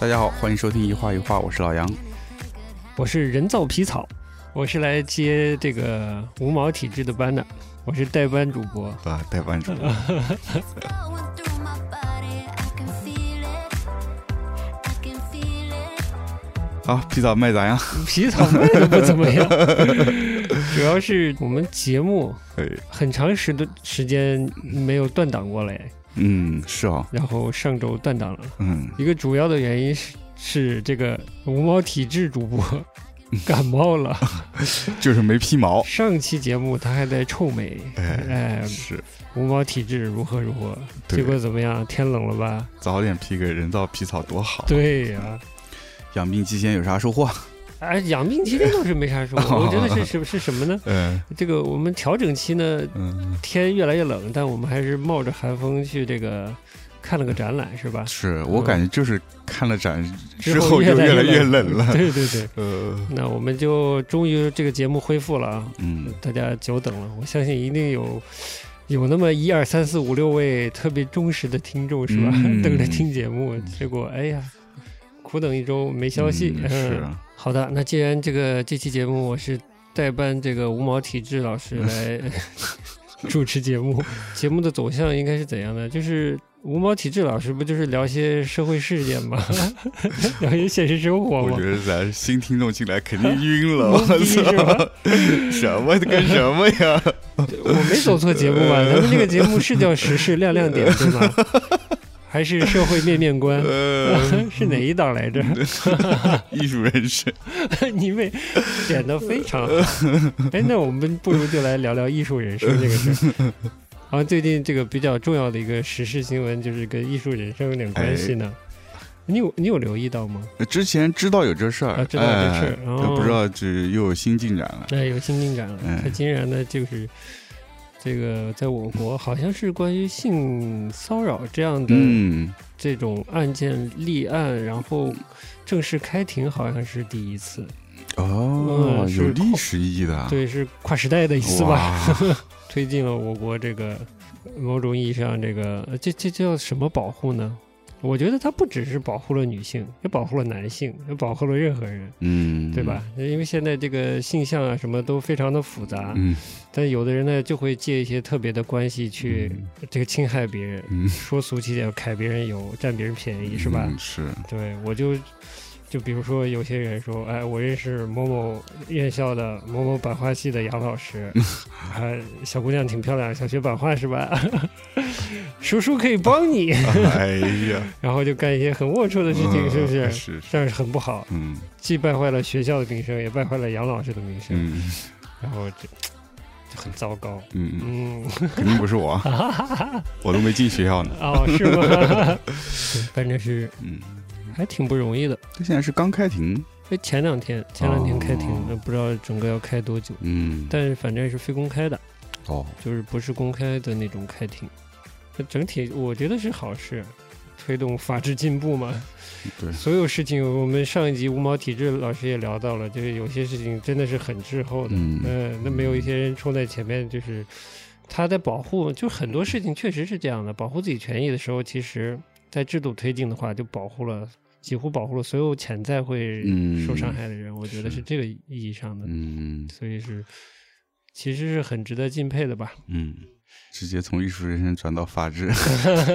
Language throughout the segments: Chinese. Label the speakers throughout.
Speaker 1: 大家好，欢迎收听一画一画，我是老杨。
Speaker 2: 我是人造皮草，我是来接这个无毛体质的班的，我是代班主播。
Speaker 1: 啊，代班主播。
Speaker 3: Going through my body, I can feel it. I can feel it.
Speaker 1: 好，皮草啊卖咋样？
Speaker 2: 皮草卖的不怎 么样，主要是我们节目
Speaker 1: 哎，
Speaker 2: 很长时的时间没有断档过嘞，
Speaker 1: 嗯，是哦，
Speaker 2: 然后上周断档了，
Speaker 1: 嗯，
Speaker 2: 一个主要的原因是是这个无毛体质主 播感冒了，
Speaker 1: 就是没皮毛。
Speaker 2: 上期节目他还在臭美，
Speaker 1: 哎
Speaker 2: 哎，
Speaker 1: 是，
Speaker 2: 无毛体质如何如何，结果
Speaker 1: 对，
Speaker 2: 怎么样？天冷了吧？
Speaker 1: 早点批个人造皮草多好。
Speaker 2: 对呀、
Speaker 1: 养病期间有啥收获？
Speaker 2: 哎，养病期间倒是没啥说，我觉得是是是什么呢？
Speaker 1: 嗯
Speaker 2: 这个我们调整期呢，
Speaker 1: 嗯，
Speaker 2: 天越来越冷，但我们还是冒着寒风去这个看了个展览，是吧？
Speaker 1: 是我感觉就是看了展
Speaker 2: 之
Speaker 1: 之
Speaker 2: 后
Speaker 1: 后就
Speaker 2: 越
Speaker 1: 越来越
Speaker 2: 冷
Speaker 1: 冷了。
Speaker 2: 对对对，
Speaker 1: 呃，
Speaker 2: 那我们就终于这个节目恢复了啊，
Speaker 1: 嗯，
Speaker 2: 大家久等了，我相信一定有。有那么一二三四五六位特别忠实的听众是吧？
Speaker 1: 嗯
Speaker 2: 等着听节目，结果哎呀，苦等一周没消息。
Speaker 1: 嗯是
Speaker 2: 嗯
Speaker 1: 啊。
Speaker 2: 好的，那既然这个这期节目我是代班这个无毛体质老师来 主持节目，节目的走向应该是怎样的？就是无毛体质老师不就是聊些社会事件 吗？聊些现实生活
Speaker 1: 我
Speaker 2: 吗
Speaker 1: 觉？得咱新听众进来肯定晕了，我
Speaker 2: 懵逼是
Speaker 1: 操
Speaker 2: 吧？，
Speaker 1: 什么跟什么呀？
Speaker 2: 我没走错节目吧？
Speaker 1: 呃
Speaker 2: 咱们这个节目是叫时事 亮亮点对吗？还是社会面面 观？
Speaker 1: 呃， 嗯
Speaker 2: 是哪一档来着？
Speaker 1: 艺术人生，
Speaker 2: 你们点的非 常好。哎，那我们不如就来聊聊艺术人生这个事儿。 好像最近这个比较重要的一个时事新闻，就是跟艺术人生有点关系呢。
Speaker 1: 哎
Speaker 2: 你有你有留意到吗？
Speaker 1: 之前知道有这事儿，
Speaker 2: 啊知道有这事儿
Speaker 1: 哎
Speaker 2: 哦
Speaker 1: 不知道这又有新进展了。
Speaker 2: 哎，有新进展了
Speaker 1: 嗯。
Speaker 2: 它竟然呢，就是这个在我国好像是关于性骚扰这样的
Speaker 1: 嗯，
Speaker 2: 这种案件立案，然后正式开庭，好像是第一次。
Speaker 1: 哦，
Speaker 2: 嗯是
Speaker 1: 有历史意义的啊，
Speaker 2: 对，是跨时代的一次吧。
Speaker 1: 哇？
Speaker 2: 推进了我国这个某种意义上这个呃这这叫什么保护呢？我觉得它不只是保护了女性，也保护了男性，也保护了任何人，
Speaker 1: 嗯，
Speaker 2: 对吧？？因为现在这个性向啊什么都非常的复杂，
Speaker 1: 嗯，
Speaker 2: 但有的人呢就会借一些特别的关系去这个侵害别人，
Speaker 1: 嗯
Speaker 2: 说俗气点，揩别人油，占别人便宜，是吧？
Speaker 1: 嗯是，
Speaker 2: 对，我就就比如说有些人说，哎，我认识某某院校的某某版画系的杨 老师，啊，小姑娘挺漂亮，想学版画 是吧？叔叔可以帮你，
Speaker 1: 哎呀，
Speaker 2: 然后就干一些很龌龊的事情，是不是？
Speaker 1: 嗯是，
Speaker 2: 这样是很不好，
Speaker 1: 嗯
Speaker 2: 既败坏了学校的名声，也败坏了杨老师的名声，
Speaker 1: 嗯
Speaker 2: 然后就就很糟糕。
Speaker 1: 嗯，
Speaker 2: 嗯，
Speaker 1: 肯定不是我，我都没进学校呢。
Speaker 2: 哦，是吗？ 对反正是
Speaker 1: 嗯，
Speaker 2: 还挺不容易的。
Speaker 1: 这现在是刚开庭，
Speaker 2: 哎，前两天前两天开庭
Speaker 1: 哦，
Speaker 2: 那不知道整个要开多久。
Speaker 1: 嗯，
Speaker 2: 但是反正是非公开的，
Speaker 1: 哦，
Speaker 2: 就是不是公开的那种开庭。那整体我觉得是好事，推动法治进步嘛。
Speaker 1: 对，
Speaker 2: 所有事情，我们上一集无毛体质老师也聊到了，就是有些事情真的是很滞后的。
Speaker 1: 嗯
Speaker 2: 嗯、那没有一些人冲在前面，就是他在保护，就很多事情确实是这样的。保护自己权益的时候，其实在制度推进的话，就保护了。几乎保护了所有潜在会
Speaker 1: 嗯
Speaker 2: 受伤害的人，我觉得
Speaker 1: 是
Speaker 2: 是这个意义上的。
Speaker 1: 嗯
Speaker 2: 所以是其实是很值得敬佩的吧。
Speaker 1: 嗯，直接从艺术人生转到法治，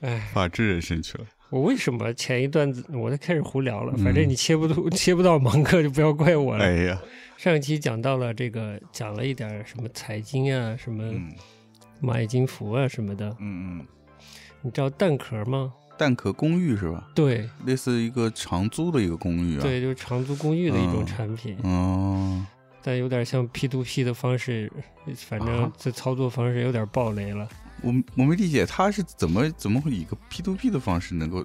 Speaker 2: 哎，
Speaker 1: 法治人生去了。
Speaker 2: 我为什么前一段子我都开始胡聊了？
Speaker 1: 嗯
Speaker 2: 反正你切不到切不到芒克就不要怪我了。
Speaker 1: 哎呀，
Speaker 2: 上一期讲到了这个，讲了一点儿什么财经啊，什么
Speaker 1: 嗯
Speaker 2: 蚂蚁金服啊什么的。
Speaker 1: 嗯嗯，
Speaker 2: 你知道蛋壳吗？
Speaker 1: 蛋壳公寓是吧？
Speaker 2: 对
Speaker 1: 类似一个长租的一个公寓啊。，
Speaker 2: 对，就是长租公寓的一种
Speaker 1: 嗯
Speaker 2: 产品，
Speaker 1: 哦，
Speaker 2: 但有点像 P to P 的方式，反正
Speaker 1: 啊
Speaker 2: 这操作方式有点暴雷了。
Speaker 1: 我我没理解他是怎么怎么会以一个 P to P 的方式能够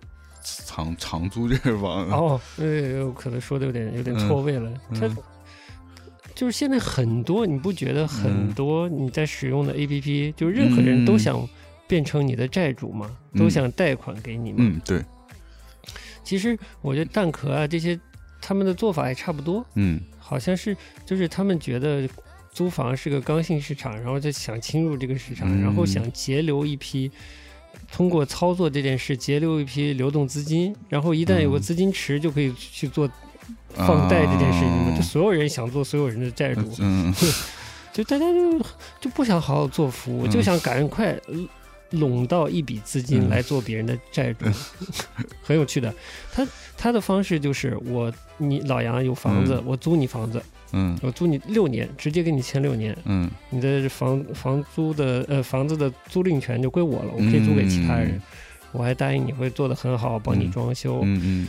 Speaker 1: 长长租这个房？
Speaker 2: 哦，呃，我可能说的有点有点
Speaker 1: 嗯
Speaker 2: 错位了。它
Speaker 1: 嗯
Speaker 2: 就是现在很多，你不觉得很
Speaker 1: 嗯
Speaker 2: 多你在使用的 APP，、就任何人
Speaker 1: 嗯
Speaker 2: 都想变成你的债主嘛，都
Speaker 1: 嗯
Speaker 2: 想贷款给你嘛。
Speaker 1: 嗯，对，
Speaker 2: 其实我觉得蛋壳啊这些，他们的做法也差不多，
Speaker 1: 嗯
Speaker 2: 好像是就是他们觉得租房是个刚性市场，然后就想侵入这个市场，
Speaker 1: 嗯
Speaker 2: 然后想截留一批，通过操作这件事截留一批流动资金，然后一旦有个
Speaker 1: 嗯
Speaker 2: 资金池就可以去做放贷这件事情嘛，
Speaker 1: 啊
Speaker 2: 就所有人想做所有人的债主，
Speaker 1: 嗯
Speaker 2: 就大家就就不想好好做服务，
Speaker 1: 嗯
Speaker 2: 就想赶快呃拢到一笔资金
Speaker 1: 嗯
Speaker 2: 来做别人的债主， 很有趣的。他他的方式就是我你老杨有房子，
Speaker 1: 嗯
Speaker 2: 我租你房子，
Speaker 1: 嗯
Speaker 2: 我租你六年，直接给你签六年，
Speaker 1: 嗯，
Speaker 2: 你的房房租的呃房子的租赁权就归我了，我可以租给其他人。
Speaker 1: 嗯
Speaker 2: 我还答应你会做得很好，帮你
Speaker 1: 嗯
Speaker 2: 装修。
Speaker 1: 嗯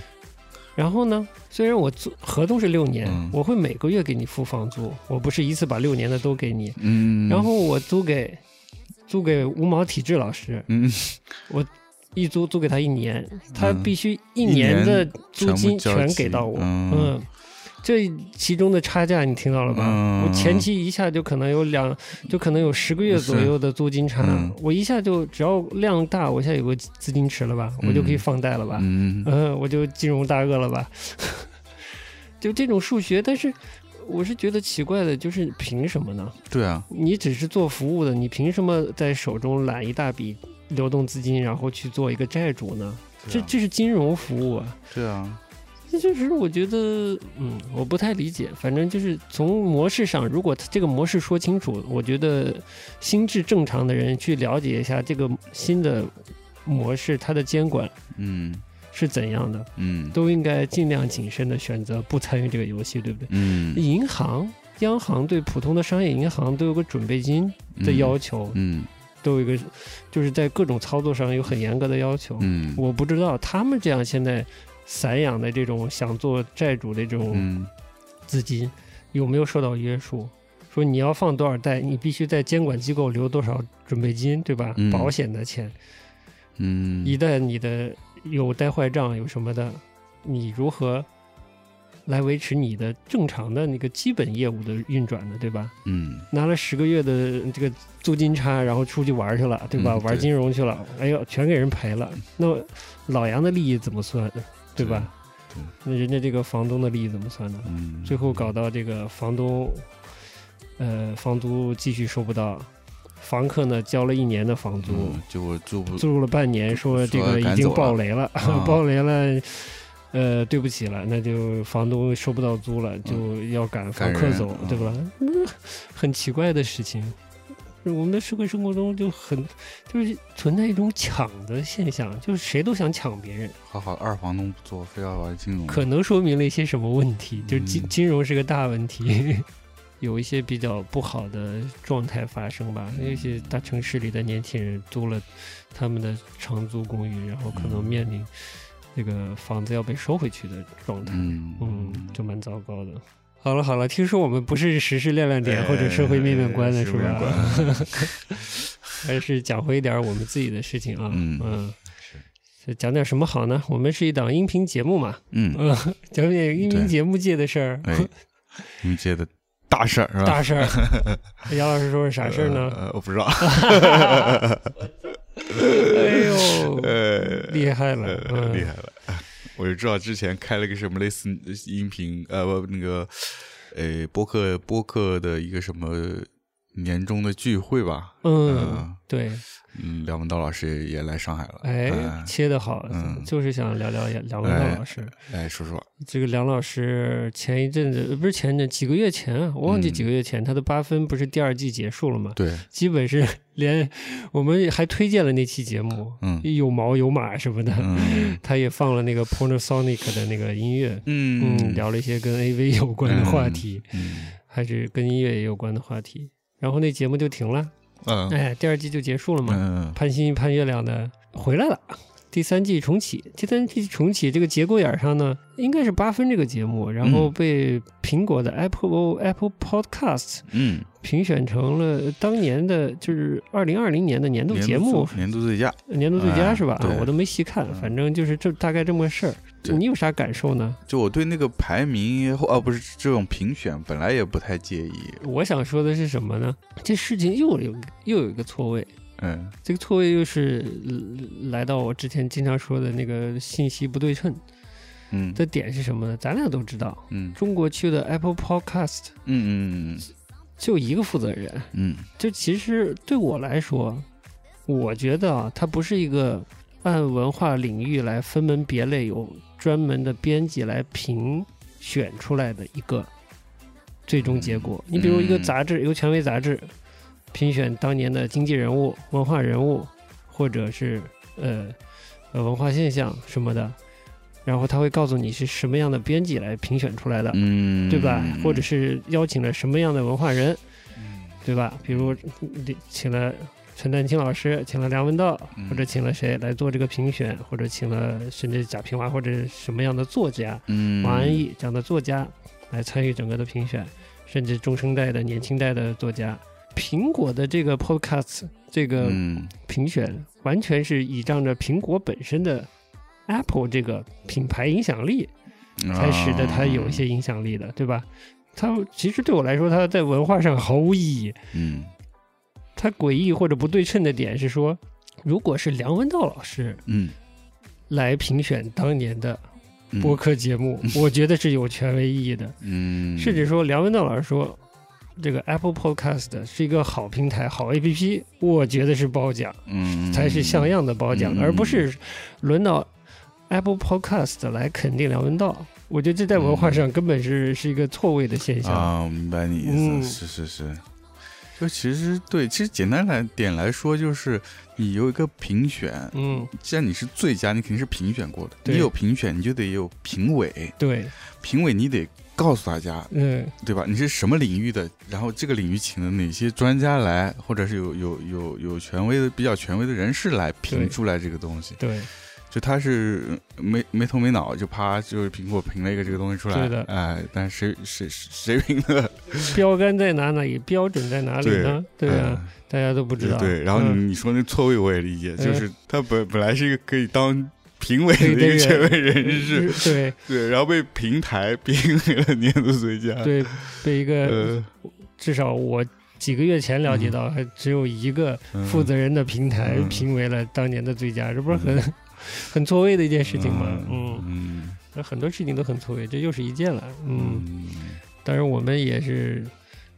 Speaker 2: 然后呢，虽然我租合同是六年，
Speaker 1: 嗯
Speaker 2: 我会每个月给你付房租，我不是一次把六年的都给你。
Speaker 1: 嗯，
Speaker 2: 然后我租给租给无毛体质老师，
Speaker 1: 嗯，
Speaker 2: 一租租给他一年，他
Speaker 1: 嗯
Speaker 2: 必须一
Speaker 1: 一
Speaker 2: 年
Speaker 1: 年
Speaker 2: 的租
Speaker 1: 全部
Speaker 2: 金
Speaker 1: 交
Speaker 2: 全
Speaker 1: 齐
Speaker 2: 给到我。
Speaker 1: 嗯
Speaker 2: 嗯，这其中的差价你听到了吧？
Speaker 1: 嗯
Speaker 2: 我前期一下就可能有两，就可能有十个月左右的租金差，
Speaker 1: 是嗯
Speaker 2: 我一下就只要量大，我现在有个资金池了吧，我就可以
Speaker 1: 嗯
Speaker 2: 放贷了吧。
Speaker 1: 嗯
Speaker 2: 嗯，我就金融大鳄了吧？ 就这种数学，但是我是觉得奇怪的，就是凭什么呢？
Speaker 1: 对啊，
Speaker 2: 你只是做服务的，你凭什么在手中揽一大笔流动资金，然后去做一个债主呢？
Speaker 1: 啊
Speaker 2: 这这是金融服务啊！
Speaker 1: 对啊，
Speaker 2: 这就是我觉得，嗯，我不太理解。反正就是从模式上，如果它这个模式说清楚，我觉得心智正常的人去了解一下这个新的模式，它的监管
Speaker 1: 嗯
Speaker 2: 是怎样的。
Speaker 1: 嗯
Speaker 2: 都应该尽量谨慎的选择不参与这个游戏，对不对？
Speaker 1: 嗯
Speaker 2: 银行、央行对普通的商业银行都有个准备金的要求，
Speaker 1: 嗯
Speaker 2: 都有一个，就是在各种操作上有很严格的要求。
Speaker 1: 嗯
Speaker 2: 我不知道他们这样现在散养的这种想做债主的这种
Speaker 1: 嗯
Speaker 2: 资金、有没有受到约束？说你要放多少贷，你必须在监管机构留多少准备金，对吧？
Speaker 1: 嗯
Speaker 2: 保险的钱，
Speaker 1: 嗯，
Speaker 2: 一旦你的有呆坏账有什么的，你如何来维持你的正常的那个基本业务的运转呢？对吧？
Speaker 1: 嗯
Speaker 2: 拿了十个月的这个租金差，然后出去玩去了，对吧？
Speaker 1: 嗯
Speaker 2: 玩
Speaker 1: 对嗯
Speaker 2: 金融去了，哎呦，全给人赔了。那老杨的利益怎么算呢？对吧？
Speaker 1: 啊对
Speaker 2: 那人家这个房东的利益怎么算呢？
Speaker 1: 嗯，
Speaker 2: 最后搞到这个房东，呃，房租继续收不到，房客呢交了一年的房租，
Speaker 1: 嗯就我住不
Speaker 2: 住了半年，说这个已经爆雷了，
Speaker 1: 赶走了啊
Speaker 2: 爆雷了，呃，对不起了，那就房东收不到租了，就要赶房客走，
Speaker 1: 嗯赶人啊
Speaker 2: 对吧？ 嗯，很奇怪的事情。我们的社会生活中就很，就是存在一种抢的现象，就是谁都想抢别人，
Speaker 1: 好好二房东不做，非要玩金融，
Speaker 2: 可能说明了一些什么问题，就是金
Speaker 1: 嗯
Speaker 2: 金融是个大问题， 有一些比较不好的状态发生吧。
Speaker 1: 嗯
Speaker 2: 有些大城市里的年轻人租了他们的长租公寓，然后可能
Speaker 1: 嗯
Speaker 2: 面临这个房子要被收回去的状态，
Speaker 1: 嗯
Speaker 2: 嗯，就蛮糟糕的。好了好了，听说我们不是时事亮亮点
Speaker 1: 哎
Speaker 2: 或者社会面面观的是
Speaker 1: 社会面
Speaker 2: 吧？ 还是讲回一点我们自己的事情啊，
Speaker 1: 嗯
Speaker 2: 嗯
Speaker 1: 是，
Speaker 2: 讲点什么好呢？我们是一档音频节目嘛，
Speaker 1: 嗯，
Speaker 2: 嗯， 讲点音频
Speaker 1: 对
Speaker 2: 节目界的事儿，
Speaker 1: 哎，你们接的大事儿是吧？ 啊
Speaker 2: 大事儿。 杨老师说是啥事儿呢？
Speaker 1: 呃，我不知道，
Speaker 2: 哎呦，
Speaker 1: 呃，
Speaker 2: 厉害了，
Speaker 1: 呃，厉
Speaker 2: 嗯，
Speaker 1: 害了。 我就知道之前开了个什么类似音频呃不那个呃播客播客的一个什么年终的聚会吧，
Speaker 2: 嗯
Speaker 1: 呃，
Speaker 2: 对，
Speaker 1: 嗯，梁文道老师也来上海了，
Speaker 2: 哎，
Speaker 1: 呃
Speaker 2: 切的好，
Speaker 1: 嗯哎
Speaker 2: 就是想聊聊梁文道老师。
Speaker 1: 来说说，
Speaker 2: 这个梁老师前一阵子呃不是前一阵几个月前啊，我忘记
Speaker 1: 嗯
Speaker 2: 几个月前，他的八分不是第二季结束了吗？
Speaker 1: 对，
Speaker 2: 基本是 连我们还推荐了那期节目，
Speaker 1: 嗯
Speaker 2: 有毛有马什么的，
Speaker 1: 嗯
Speaker 2: 他也放了那个 Panasonic 的那个音乐，嗯，
Speaker 1: 嗯，
Speaker 2: 聊了一些跟 AV 有关的话题，
Speaker 1: 嗯
Speaker 2: 还是跟音乐也有关的话题。然后那节目就停了，
Speaker 1: 嗯
Speaker 2: 哎，第二季就结束了嘛。
Speaker 1: 嗯
Speaker 2: 潘欣潘月亮的回来了，第三季重启。第三季重启这个节骨眼上呢，应该是八分这个节目，然后
Speaker 1: 嗯
Speaker 2: 被苹果的 Apple Apple Podcast
Speaker 1: 嗯，
Speaker 2: 评选成了当年的，就是二零二零年的年度
Speaker 1: 年
Speaker 2: 节目
Speaker 1: 最年度最佳，
Speaker 2: 年度最佳
Speaker 1: 哎
Speaker 2: 是吧？啊
Speaker 1: 对嗯
Speaker 2: 我都没细看，反正就是这大概这么个事儿。
Speaker 1: 对
Speaker 2: 你有啥感受呢？
Speaker 1: 就我对那个排名或啊不是这种评选本来也不太介意，
Speaker 2: 我想说的是什么呢？这事情又有又有一个错位，
Speaker 1: 嗯
Speaker 2: 这个错位又是呃来到我之前经常说的那个信息不对称
Speaker 1: 嗯
Speaker 2: 的点是什么呢？咱俩都知道，
Speaker 1: 嗯
Speaker 2: 中国区的 Apple Podcast
Speaker 1: 嗯嗯
Speaker 2: 就一个负责人，
Speaker 1: 嗯
Speaker 2: 就其实对我来说，我觉得啊，它不是一个按文化领域来分门别类，有专门的编辑来评选出来的一个最终结果。你比如一个杂志，由权威杂志评选当年的经济人物、文化人物，或者是呃呃文化现象什么的，然后他会告诉你是什么样的编辑来评选出来的，
Speaker 1: 嗯，嗯
Speaker 2: 对吧？或者是邀请了什么样的文化人。对吧？比如你请了陈丹青老师，请了梁文道，
Speaker 1: 嗯
Speaker 2: 或者请了谁来做这个评选，或者请了甚至贾平凹或者什么样的作家，
Speaker 1: 嗯
Speaker 2: 王安忆这样的作家来参与整个的评选，甚至中生代的年轻代的作家。苹果的这个 Podcast 这个
Speaker 1: 嗯
Speaker 2: 评选，完全是倚仗着苹果本身的 Apple 这个品牌影响力
Speaker 1: 啊
Speaker 2: 才使得它有一些影响力的，对吧？它其实对我来说，它在文化上毫无意义。
Speaker 1: 嗯
Speaker 2: 它诡异或者不对称的点是说，如果是梁文道老师
Speaker 1: 嗯
Speaker 2: 来评选当年的
Speaker 1: 嗯
Speaker 2: 播客节 目，我觉得是有权威意义的。
Speaker 1: 嗯
Speaker 2: 甚至说，梁文道老师说这个 Apple Podcast 是一个好平台、好 APP，我觉得是褒奖，
Speaker 1: 嗯
Speaker 2: 才是像样的褒奖，
Speaker 1: 嗯
Speaker 2: 而不是轮到 Apple Podcast 来肯定梁文道。我觉得这在文
Speaker 1: 嗯
Speaker 2: 化上根本是、是一个错位的现象。
Speaker 1: 啊，我明白你意
Speaker 2: 嗯
Speaker 1: 思，是是是。就其实对，其实简单来点来说，就是你有一个评选，
Speaker 2: 嗯，
Speaker 1: 既然你是最佳，你肯定是评选过的。
Speaker 2: 对
Speaker 1: 你有评选，你就得有评委，
Speaker 2: 对，
Speaker 1: 评委你得告诉大家，
Speaker 2: 嗯，
Speaker 1: 对吧？你是什么领域的？然后这个领域请了哪些专家来，或者是有有有有权威的、比较权威的人士来评
Speaker 2: 对
Speaker 1: 出来这个东西。
Speaker 2: 对，
Speaker 1: 就他是没没头没脑，就啪，就是苹果评了一个这个东西出来。
Speaker 2: 对的
Speaker 1: 哎，但谁谁谁谁评的？
Speaker 2: 标杆在哪里，标准在哪里呢？对啊，
Speaker 1: 嗯
Speaker 2: 大家都不知道。
Speaker 1: 对，然后你
Speaker 2: 嗯
Speaker 1: 你说那错位我也理解，就是他本本来是一个可以当评委的
Speaker 2: 对
Speaker 1: 一
Speaker 2: 对
Speaker 1: 个权威
Speaker 2: 嗯
Speaker 1: 人士，
Speaker 2: 对
Speaker 1: 对，然后被平台评为了年度最佳。，
Speaker 2: 对，被一个
Speaker 1: 呃，
Speaker 2: 至少我几个月前了解到，还只有一个
Speaker 1: 嗯
Speaker 2: 负责人的平台
Speaker 1: 嗯
Speaker 2: 评为了当年的最佳，这不是很 很错位的一件事情吗？嗯，
Speaker 1: 嗯
Speaker 2: 那很多事情都很错位，这又是一件了。嗯，
Speaker 1: 嗯
Speaker 2: 当然我们也是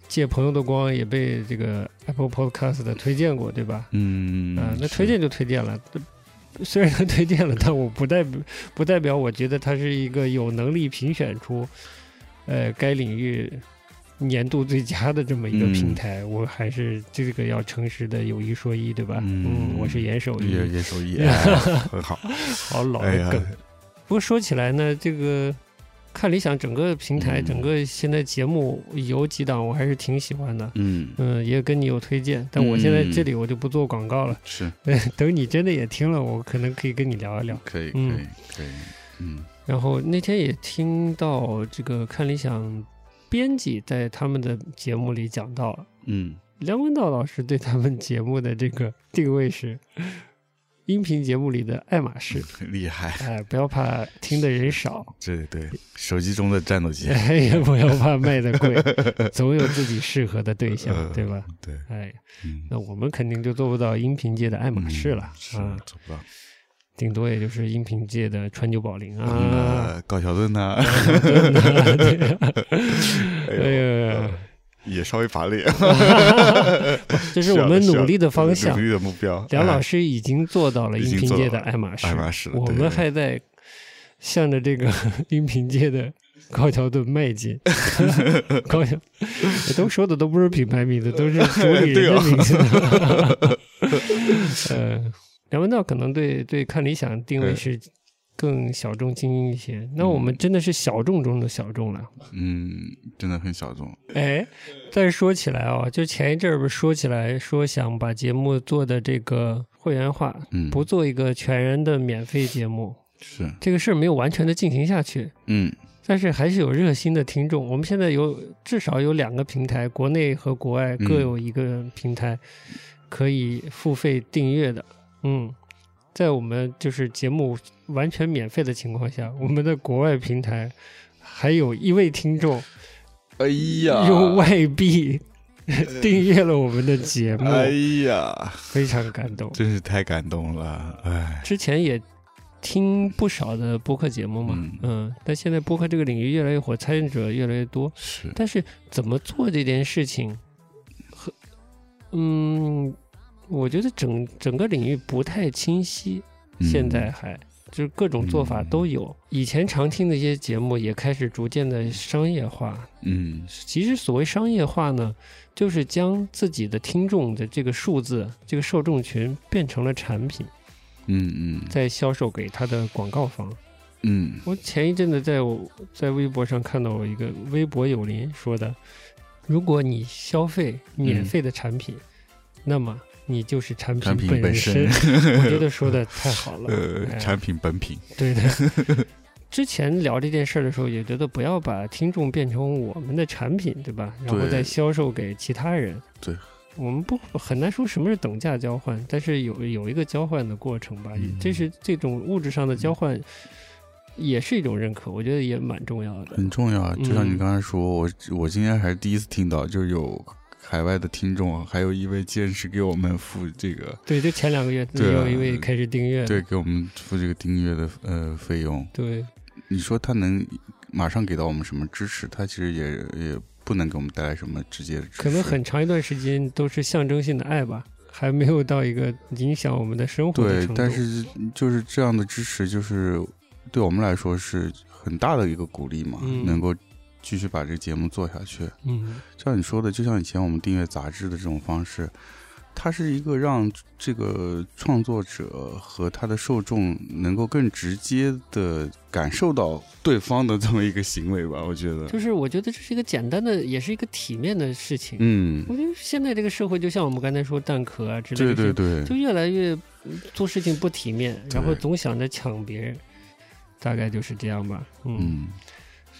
Speaker 2: 借朋友的光，也被这个 Apple Podcast 的推荐过，对吧？
Speaker 1: 嗯
Speaker 2: 啊，那
Speaker 1: 是
Speaker 2: 推荐就推荐了。虽然他推荐了，但我不代表不代表我觉得他是一个有能力评选出，呃，该领域年度最佳的这么一个
Speaker 1: 嗯
Speaker 2: 平台。我还是这个要诚实的，有一说一，对吧？
Speaker 1: 嗯
Speaker 2: 我是严守一，
Speaker 1: 也也 手艺哎很好，
Speaker 2: 好老
Speaker 1: 哎呀
Speaker 2: 的梗。，不过说起来呢，这个看理想整个平台，
Speaker 1: 嗯
Speaker 2: 整个现在节目有几档我还是挺喜欢的。
Speaker 1: 嗯，
Speaker 2: 嗯，也跟你有推荐，但我现在
Speaker 1: 嗯
Speaker 2: 这里我就不做广告了。
Speaker 1: 是
Speaker 2: 等你真的也听了，我可能可以跟你聊一聊。
Speaker 1: 可以可以
Speaker 2: 嗯
Speaker 1: 可以，嗯
Speaker 2: 然后那天也听到这个看理想编辑在他们的节目里讲到，
Speaker 1: 嗯
Speaker 2: 梁文道老师对他们节目的这个定位是 音频节目里的爱马仕。
Speaker 1: 厉害，
Speaker 2: 哎，不要怕听的人 少，哎
Speaker 1: 对对，手机中的战 斗机，
Speaker 2: 也不要怕卖的贵，总有自己适合的对象，对吧？
Speaker 1: 对，
Speaker 2: 哎，
Speaker 1: 嗯，
Speaker 2: 那我们肯定就做不到音频界的爱马仕了
Speaker 1: 嗯是
Speaker 2: 啊，
Speaker 1: 做不到。
Speaker 2: 顶多也就是音频界的川久保玲啊，
Speaker 1: 嗯，高桥盾 呐，
Speaker 2: 呃真的对
Speaker 1: 哎呦
Speaker 2: 哎呀，
Speaker 1: 也稍微乏力，
Speaker 2: 这是我们努力的方
Speaker 1: 努
Speaker 2: 向。
Speaker 1: 力的哎目标。
Speaker 2: 梁老
Speaker 1: 师，
Speaker 2: 师已经做到了音频界的爱马仕，
Speaker 1: 爱马仕了，
Speaker 2: 我
Speaker 1: 对
Speaker 2: 们还在向着这个 音频界的高桥盾 迈进。高桥哎都说的都不是品牌名字，都是主理人的名字。
Speaker 1: 啊
Speaker 2: 呃，梁文道可能对对看理想定
Speaker 1: 嗯
Speaker 2: 位是更小众精英一些，那我们真的是小众中的小众了。
Speaker 1: 嗯，真的很小众，
Speaker 2: 哎，再说起来啊、就前一阵儿不是说起来说想把节目做的这个会员化，
Speaker 1: 嗯，
Speaker 2: 不做一个全然的免费节目，
Speaker 1: 是，
Speaker 2: 这个事儿没有完全的进行下去。
Speaker 1: 嗯
Speaker 2: 但是还是有热心的听众，我们现在有至少有两个平台，国内和国外
Speaker 1: 嗯
Speaker 2: 各有一个平台可以付费订阅的。嗯，在我们就是节目完全免费的情况下，我们的国外平台还有一位听众
Speaker 1: 哎呀
Speaker 2: 用外币订阅了我们的节目，
Speaker 1: 哎呀，
Speaker 2: 非常感动。
Speaker 1: 真是太感动了，哎，
Speaker 2: 之前也听不少的播客节目嘛，
Speaker 1: 嗯
Speaker 2: 嗯但现在播客这个领域越来越火，参与者越来越多，
Speaker 1: 是
Speaker 2: 但是怎么做这件事情，和嗯，我觉得整整个领域不太清晰，
Speaker 1: 嗯
Speaker 2: 现在还。就是各种做法都有，以前常听的一些节目也开始逐渐的商业化。
Speaker 1: 嗯
Speaker 2: 其实所谓商业化呢，就是将自己的听众的这个数字、这个受众群变成了产品。
Speaker 1: 嗯嗯
Speaker 2: 再销售给他的广告方。
Speaker 1: 嗯
Speaker 2: 我前一阵子在我在微博上看到我一个微博友邻说的，如果你消费免费的产品，那么你就是产
Speaker 1: 产品
Speaker 2: 本
Speaker 1: 本
Speaker 2: 身。 我觉得说的太好 了，
Speaker 1: 呃，
Speaker 2: 哎
Speaker 1: 产品本品，
Speaker 2: 对的。 之前聊这件事儿的时候，也觉得不要把听众变成我们的产品，对吧？然后
Speaker 1: 对
Speaker 2: 再销售给其他人。
Speaker 1: 对，
Speaker 2: 我们不很难说什么是等价交换，但是有有一个交换的过程吧
Speaker 1: 嗯。
Speaker 2: 这是这种物质上的交换，也是一种认可，我觉得也蛮重要的。
Speaker 1: 很重要啊。就像你
Speaker 2: 嗯
Speaker 1: 刚才说，我我今天还是第一次听到，就是有海外的听众，还有一位剑士给我们付这个，
Speaker 2: 对，就前两个月
Speaker 1: 对啊
Speaker 2: 有一位开始订阅，
Speaker 1: 对，给我们付这个订阅的呃费用。
Speaker 2: 对
Speaker 1: 你说他能马上给到我们什么支持？他其实也也不能给我们带来什么直接的支持。
Speaker 2: 可能很长一段时间都是象征性的爱吧，还没有到一个影响我们的生活的
Speaker 1: 对
Speaker 2: 程，度。
Speaker 1: 但是就是这样的支持，就是对我们来说是很大的一个鼓励嘛，
Speaker 2: 嗯
Speaker 1: 能够继续把这个节目做下去。
Speaker 2: 嗯，
Speaker 1: 像你说的，就像以前我们订阅杂志的这种方式，它是一个让这个创作者和他的受众能够更直接的感受到对方的这么一个行为吧，我觉得。
Speaker 2: 就是我觉得这是一个简单的，也是一个体面的事情。
Speaker 1: 嗯，
Speaker 2: 我觉得现在这个社会，就像我们刚才说蛋壳啊之类
Speaker 1: 对
Speaker 2: 的，
Speaker 1: 对，对
Speaker 2: 就，越来越嗯做事情不体面，
Speaker 1: 对
Speaker 2: 然后总想着抢别人，大概就是这样吧。嗯，
Speaker 1: 嗯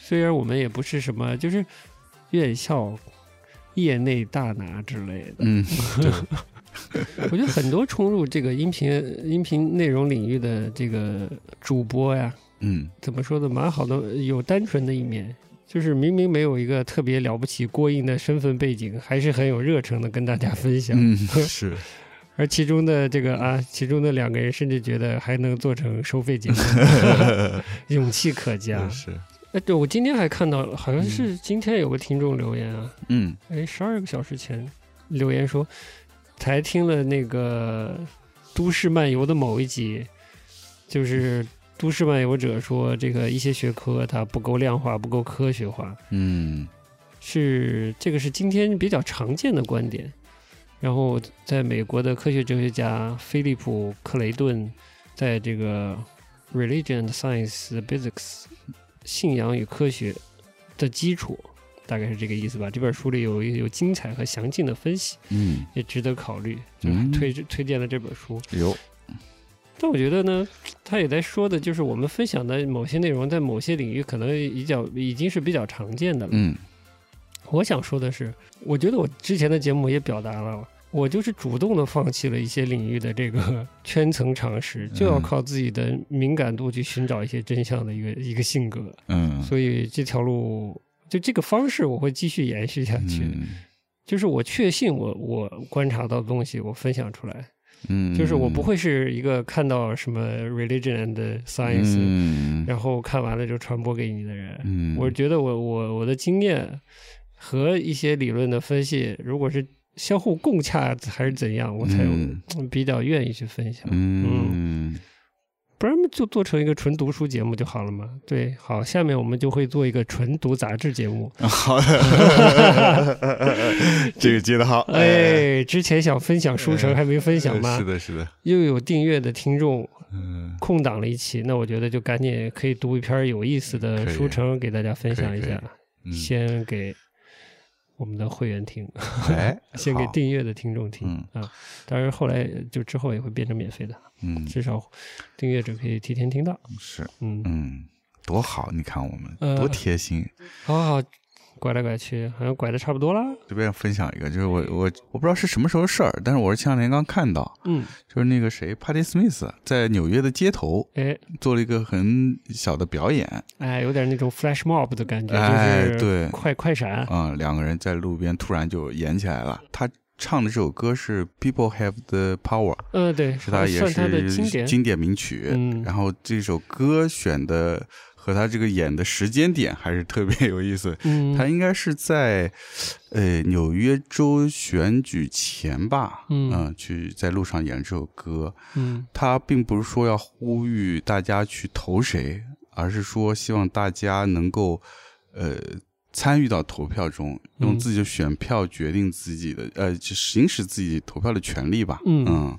Speaker 2: 虽然我们也不是什么，就是院校、业内大拿之类的，
Speaker 1: 嗯，对
Speaker 2: 我觉得很多冲入这个音频音频内容领域的这个主播呀，
Speaker 1: 嗯
Speaker 2: 怎么说的，蛮好的，有单纯的一面，就是明明没有一个特别了不起过硬的身份背景，还是很有热诚的跟大家分享。
Speaker 1: 嗯是，
Speaker 2: 而其中的这个啊，其中的两个人甚至觉得还能做成收费节目， 勇气可嘉。
Speaker 1: 是，
Speaker 2: 哎，对我今天还看到了，好像是今天有个听众留言啊，
Speaker 1: 嗯
Speaker 2: 哎，十二个小时前留言说，才听了那个《都市漫游》的某一集，就是《都市漫游者》说这个一些学科它不够量化，不够科学化，
Speaker 1: 嗯
Speaker 2: 是这个是今天比较常见的观点。然后，在美国的科学哲学家菲利普·克雷顿在这个《Religion and Science: the Basics》信仰与科学的基础，大概是这个意思吧。这本书里有有精彩和详尽的分析，
Speaker 1: 嗯，
Speaker 2: 也值得考虑，就
Speaker 1: 嗯
Speaker 2: 推推荐了这本书。
Speaker 1: 有，
Speaker 2: 但我觉得呢，他也在说的就是我们分享的某些内容，在某些领域可能比较已经是比较常见的了。
Speaker 1: 嗯
Speaker 2: 我想说的是，我觉得我之前的节目也表达了，我就是主动的放弃了一些领域的这个 圈层常识，就
Speaker 1: 嗯
Speaker 2: 要靠自己的敏感度去寻找一些真相的一个一个性格。
Speaker 1: 嗯，
Speaker 2: 所以这条路，就这个方式，我会继续延续下去。
Speaker 1: 嗯
Speaker 2: 就是我确信我我观察到的东西，我分享出来。
Speaker 1: 嗯，
Speaker 2: 就是我不会是一个看到什么 religion and science，、
Speaker 1: 嗯
Speaker 2: 然后看完了就传播给你的人。
Speaker 1: 嗯，
Speaker 2: 我觉得我我我的经验和一些理论的分析，如果是相互共洽还是怎样，我才
Speaker 1: 嗯
Speaker 2: 比较愿意去分享。
Speaker 1: 嗯
Speaker 2: 不然就做成一个纯读书节目就好了嘛。对，好，下面我们就会做一个纯读杂志节目。
Speaker 1: 好，这个接的好，
Speaker 2: 哎，之前想分享书城还没分享
Speaker 1: 哎是
Speaker 2: 嘛，
Speaker 1: 的，是的，
Speaker 2: 又有订阅的听众
Speaker 1: 嗯，
Speaker 2: 空档了一期，那我觉得就赶紧可以读一篇有意思的
Speaker 1: 嗯可以
Speaker 2: 书城给大家分享一
Speaker 1: 可以
Speaker 2: 下
Speaker 1: 可，嗯
Speaker 2: 先给我们的会员听。
Speaker 1: 哎，
Speaker 2: 先给
Speaker 1: 好，
Speaker 2: 订阅的听众听
Speaker 1: 嗯
Speaker 2: 啊，当然后来就之后也会变成免费的，
Speaker 1: 嗯，
Speaker 2: 至少订阅者可以提前听到。
Speaker 1: 是，
Speaker 2: 嗯，
Speaker 1: 嗯，多好，你看我们
Speaker 2: 呃
Speaker 1: 多贴心，
Speaker 2: 好好，拐来拐去，好像拐的差不多啦。
Speaker 1: 随便分享一个，就是我我我不知道是什么时候事儿，但是我是前两天刚看到，
Speaker 2: 嗯，
Speaker 1: 就是那个谁，Patti Smith 在纽约的街头
Speaker 2: 哎
Speaker 1: 做了一个很小的表演，
Speaker 2: 哎，有点那种 flash mob 的感觉，
Speaker 1: 哎
Speaker 2: 就是
Speaker 1: 对
Speaker 2: 快快闪，
Speaker 1: 啊、两个人在路边突然就演起来了。他唱的这首歌是《People Have the Power》，
Speaker 2: 嗯，对，
Speaker 1: 是他也
Speaker 2: 算他的
Speaker 1: 是
Speaker 2: 经典，
Speaker 1: 名曲。
Speaker 2: 嗯
Speaker 1: 然后这首歌选的和他这个演的时间点还是特别有意思。
Speaker 2: 嗯，
Speaker 1: 他应该是在呃纽约州选举前吧，
Speaker 2: 嗯
Speaker 1: 去在路上演这首歌。
Speaker 2: 嗯
Speaker 1: 他并不是说要呼吁大家去投谁，而是说希望大家能够呃参与到投票中，
Speaker 2: 嗯
Speaker 1: 用自己的选票决定自己的呃就行使自己投票的权利吧。
Speaker 2: 嗯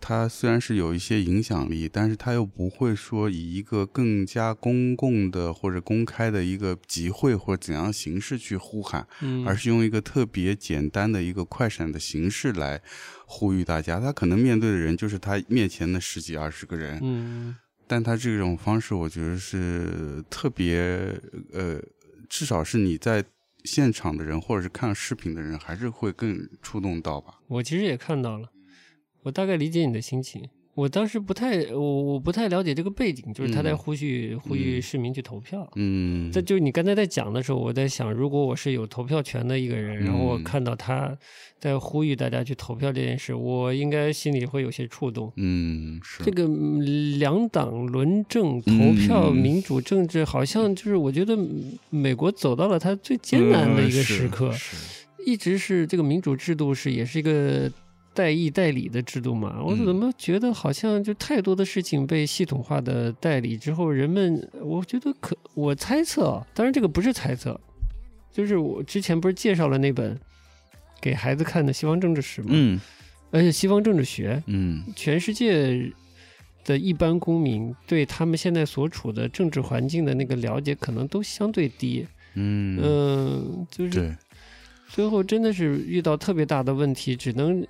Speaker 1: 他虽然是有一些影响力，但是他又不会说以一个更加公共的或者公开的一个集会或者怎样形式去呼喊，
Speaker 2: 嗯，
Speaker 1: 而是用一个特别简单的一个快闪的形式来呼吁大家。他可能面对的人就是他面前的十几二十个人，
Speaker 2: 嗯
Speaker 1: 但他这种方式，我觉得是特别呃，至少是你在现场的人或者是看视频的人，还是会更触动到吧。
Speaker 2: 我其实也看到了，我大概理解你的心情。我当时不太，我我不太了解这个背景，就是他在
Speaker 1: 嗯
Speaker 2: 呼吁、呼吁
Speaker 1: 嗯
Speaker 2: 市民去投票。
Speaker 1: 嗯，
Speaker 2: 这就你刚才在讲的时候，我在想，如果我是有投票权的一个人，然后我
Speaker 1: 嗯
Speaker 2: 看到他在呼吁大家去投票这件事，我应该心里会有些触动。
Speaker 1: 嗯是
Speaker 2: 这个嗯两党轮政、投票、
Speaker 1: 嗯
Speaker 2: 民主政治，好像就是我觉得嗯美国走到了它最艰难的一个时刻，
Speaker 1: 嗯是
Speaker 2: 一直是这个民主制度是也是一个代议代理的制度嘛。我
Speaker 1: 嗯
Speaker 2: 怎么觉得好像就太多的事情被系统化的代理之后，人们我觉得可我猜测啊，当然这个不是猜测，就是我之前不是介绍了那本给孩子看的西方政治史嘛，
Speaker 1: 嗯
Speaker 2: 而且西方政治学，
Speaker 1: 嗯
Speaker 2: 全世界的一般公民对他们现在所处的政治环境的那个了解，可能都相对低。
Speaker 1: 嗯
Speaker 2: 嗯、就是
Speaker 1: 对，
Speaker 2: 最后真的是遇到特别大的问题，只能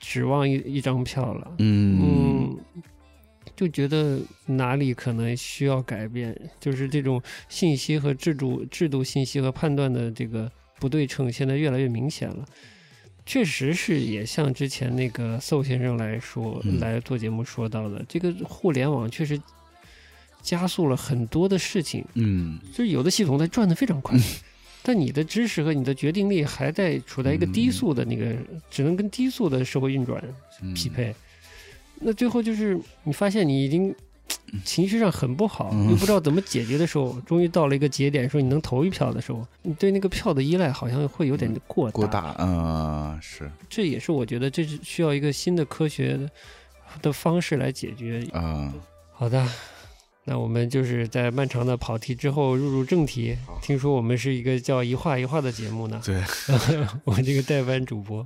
Speaker 2: 指望一一张票了。
Speaker 1: 嗯
Speaker 2: 嗯，就觉得哪里可能需要改变，就是这种信息和制度、制度信息和判断的这个不对称，现在越来越明显了。确实是，也像之前那个宋先生来说、
Speaker 1: 嗯
Speaker 2: 来做节目说到的，这个互联网确实加速了很多的事情，
Speaker 1: 嗯
Speaker 2: 就是有的系统在转得非常快，但你的知识和你的决定力还在处在一个低速的那个，只能跟低速的社会运转
Speaker 1: 嗯
Speaker 2: 匹配。那最后就是你发现你已经情绪上很不好，
Speaker 1: 嗯
Speaker 2: 又不知道怎么解决的时候，终于到了一个节点，说你能投一票的时候，你对那个票的依赖好像会有点过大。
Speaker 1: 嗯过大啊是
Speaker 2: 这也是我觉得这是需要一个新的科学的的方式来解决。
Speaker 1: 啊
Speaker 2: 好的，那我们就是在漫长的跑题之后入入正题。听说我们是一个叫一画一画的节目呢，
Speaker 1: 对，
Speaker 2: 我这个代班 主播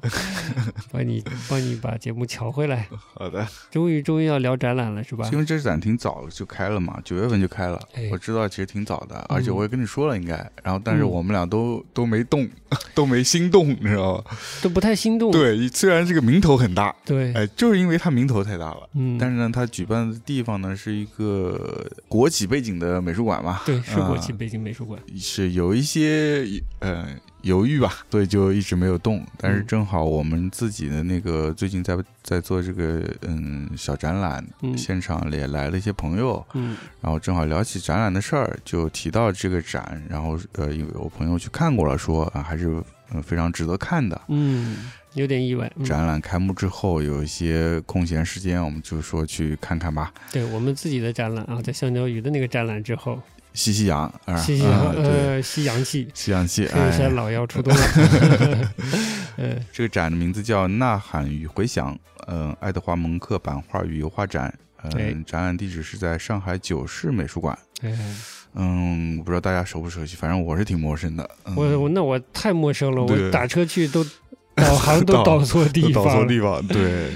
Speaker 2: 帮你帮你把节目调回来。
Speaker 1: 好的，
Speaker 2: 终于终于要聊展览了是吧？
Speaker 1: 因为这展挺早就开了嘛，九月份就开了
Speaker 2: 哎，嗯
Speaker 1: 我知道其实挺早的，而且我也跟你说了应该，然后但是我们俩都都没动， 都没心动，你知道吧？
Speaker 2: 都不太心动。
Speaker 1: 对，虽然这个名头很大，
Speaker 2: 对
Speaker 1: 哎，就是因为它名头太大了。
Speaker 2: 嗯，
Speaker 1: 但是呢，它举办的地方呢是一个国企背景的美术馆嘛，
Speaker 2: 对是国
Speaker 1: 啊
Speaker 2: 际北京美术馆。
Speaker 1: 是有一些呃犹豫吧，所以就一直没有动。但是
Speaker 2: 嗯
Speaker 1: 正好我们自己的那个最近在在做这个嗯小展览，
Speaker 2: 嗯
Speaker 1: 现场也来了一些朋友，
Speaker 2: 嗯
Speaker 1: 然后正好聊起展览的事儿，就提到这个展，然后呃因为我朋友去看过了说，啊还是嗯、非常值得看的。
Speaker 2: 嗯，有点意外。嗯、
Speaker 1: 展览开幕之后有一些空闲时间，我们就说去看看吧，
Speaker 2: 对我们自己的展览啊，在橡胶鱼的那个展览之后，
Speaker 1: 吸吸阳啊，
Speaker 2: 吸吸阳
Speaker 1: 啊对，
Speaker 2: 呃吸阳气，
Speaker 1: 吸氧气。
Speaker 2: 黑
Speaker 1: 哎
Speaker 2: 山老妖出动 了。呃，
Speaker 1: 这个展的名字叫《呐喊与回响》，嗯、爱德华·蒙克版画与油画展。嗯、
Speaker 2: 哎
Speaker 1: 展览地址是在上海九市美术馆。
Speaker 2: 哎，
Speaker 1: 嗯，我不知道大家熟不熟悉，反正我是挺陌生的。嗯、
Speaker 2: 我我那我太陌生了，
Speaker 1: 对
Speaker 2: 我打车去都导航 都
Speaker 1: 导
Speaker 2: 导错
Speaker 1: 都
Speaker 2: 地
Speaker 1: 导
Speaker 2: 方
Speaker 1: 错
Speaker 2: 了，
Speaker 1: 地方， 对，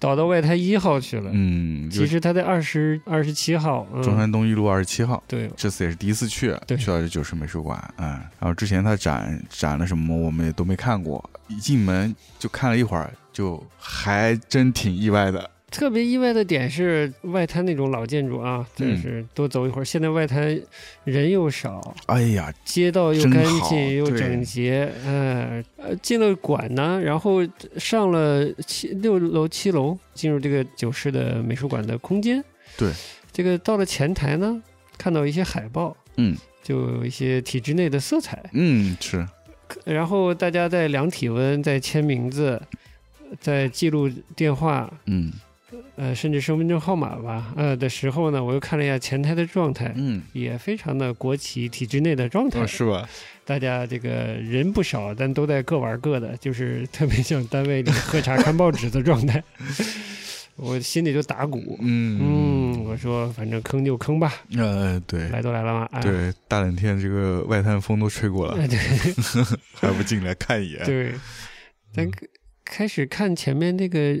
Speaker 2: 导到外滩一号去了。
Speaker 1: 嗯，就
Speaker 2: 其
Speaker 1: 是
Speaker 2: 实他在二十二十七号，嗯
Speaker 1: 中山东一路二十七号。
Speaker 2: 对，
Speaker 1: 这次也是第一次去，
Speaker 2: 对
Speaker 1: 去到这九市美术馆，嗯，然后之前他展展了什么我们也都没看过，一进门就看了一会儿，就还真挺意外的，
Speaker 2: 特别意外的点是外滩那种老建筑啊，
Speaker 1: 嗯
Speaker 2: 真是多走一会儿。现在外滩人又少，
Speaker 1: 哎呀，
Speaker 2: 街道又
Speaker 1: 真
Speaker 2: 干
Speaker 1: 好
Speaker 2: 净又
Speaker 1: 对
Speaker 2: 整洁，呃呃，进了馆呢，然后上了七六楼七楼，进入这个九室的美术馆的空间。
Speaker 1: 对，
Speaker 2: 这个到了前台呢，看到一些海报，
Speaker 1: 嗯
Speaker 2: 就有一些体制内的色彩。
Speaker 1: 嗯，是，
Speaker 2: 然后大家在量体温，在签名字，在记录电话，
Speaker 1: 嗯
Speaker 2: 呃，甚至身份证号码吧，呃的时候呢，我又看了一下前台的状态，
Speaker 1: 嗯，
Speaker 2: 也非常的国企体制内的状态，
Speaker 1: 哦是吧？
Speaker 2: 大家这个人不少，但都在各玩各的，就是 特别像单位里喝茶看报纸的状 态，我心里就打鼓。
Speaker 1: 嗯
Speaker 2: 嗯，我说反正坑就坑吧，
Speaker 1: 呃，对
Speaker 2: 来都来了嘛，啊、
Speaker 1: 对，大冷天这个外滩风都吹过了，
Speaker 2: 哎，对，
Speaker 1: 还不进来看一眼？
Speaker 2: 对，咱开始看前面那个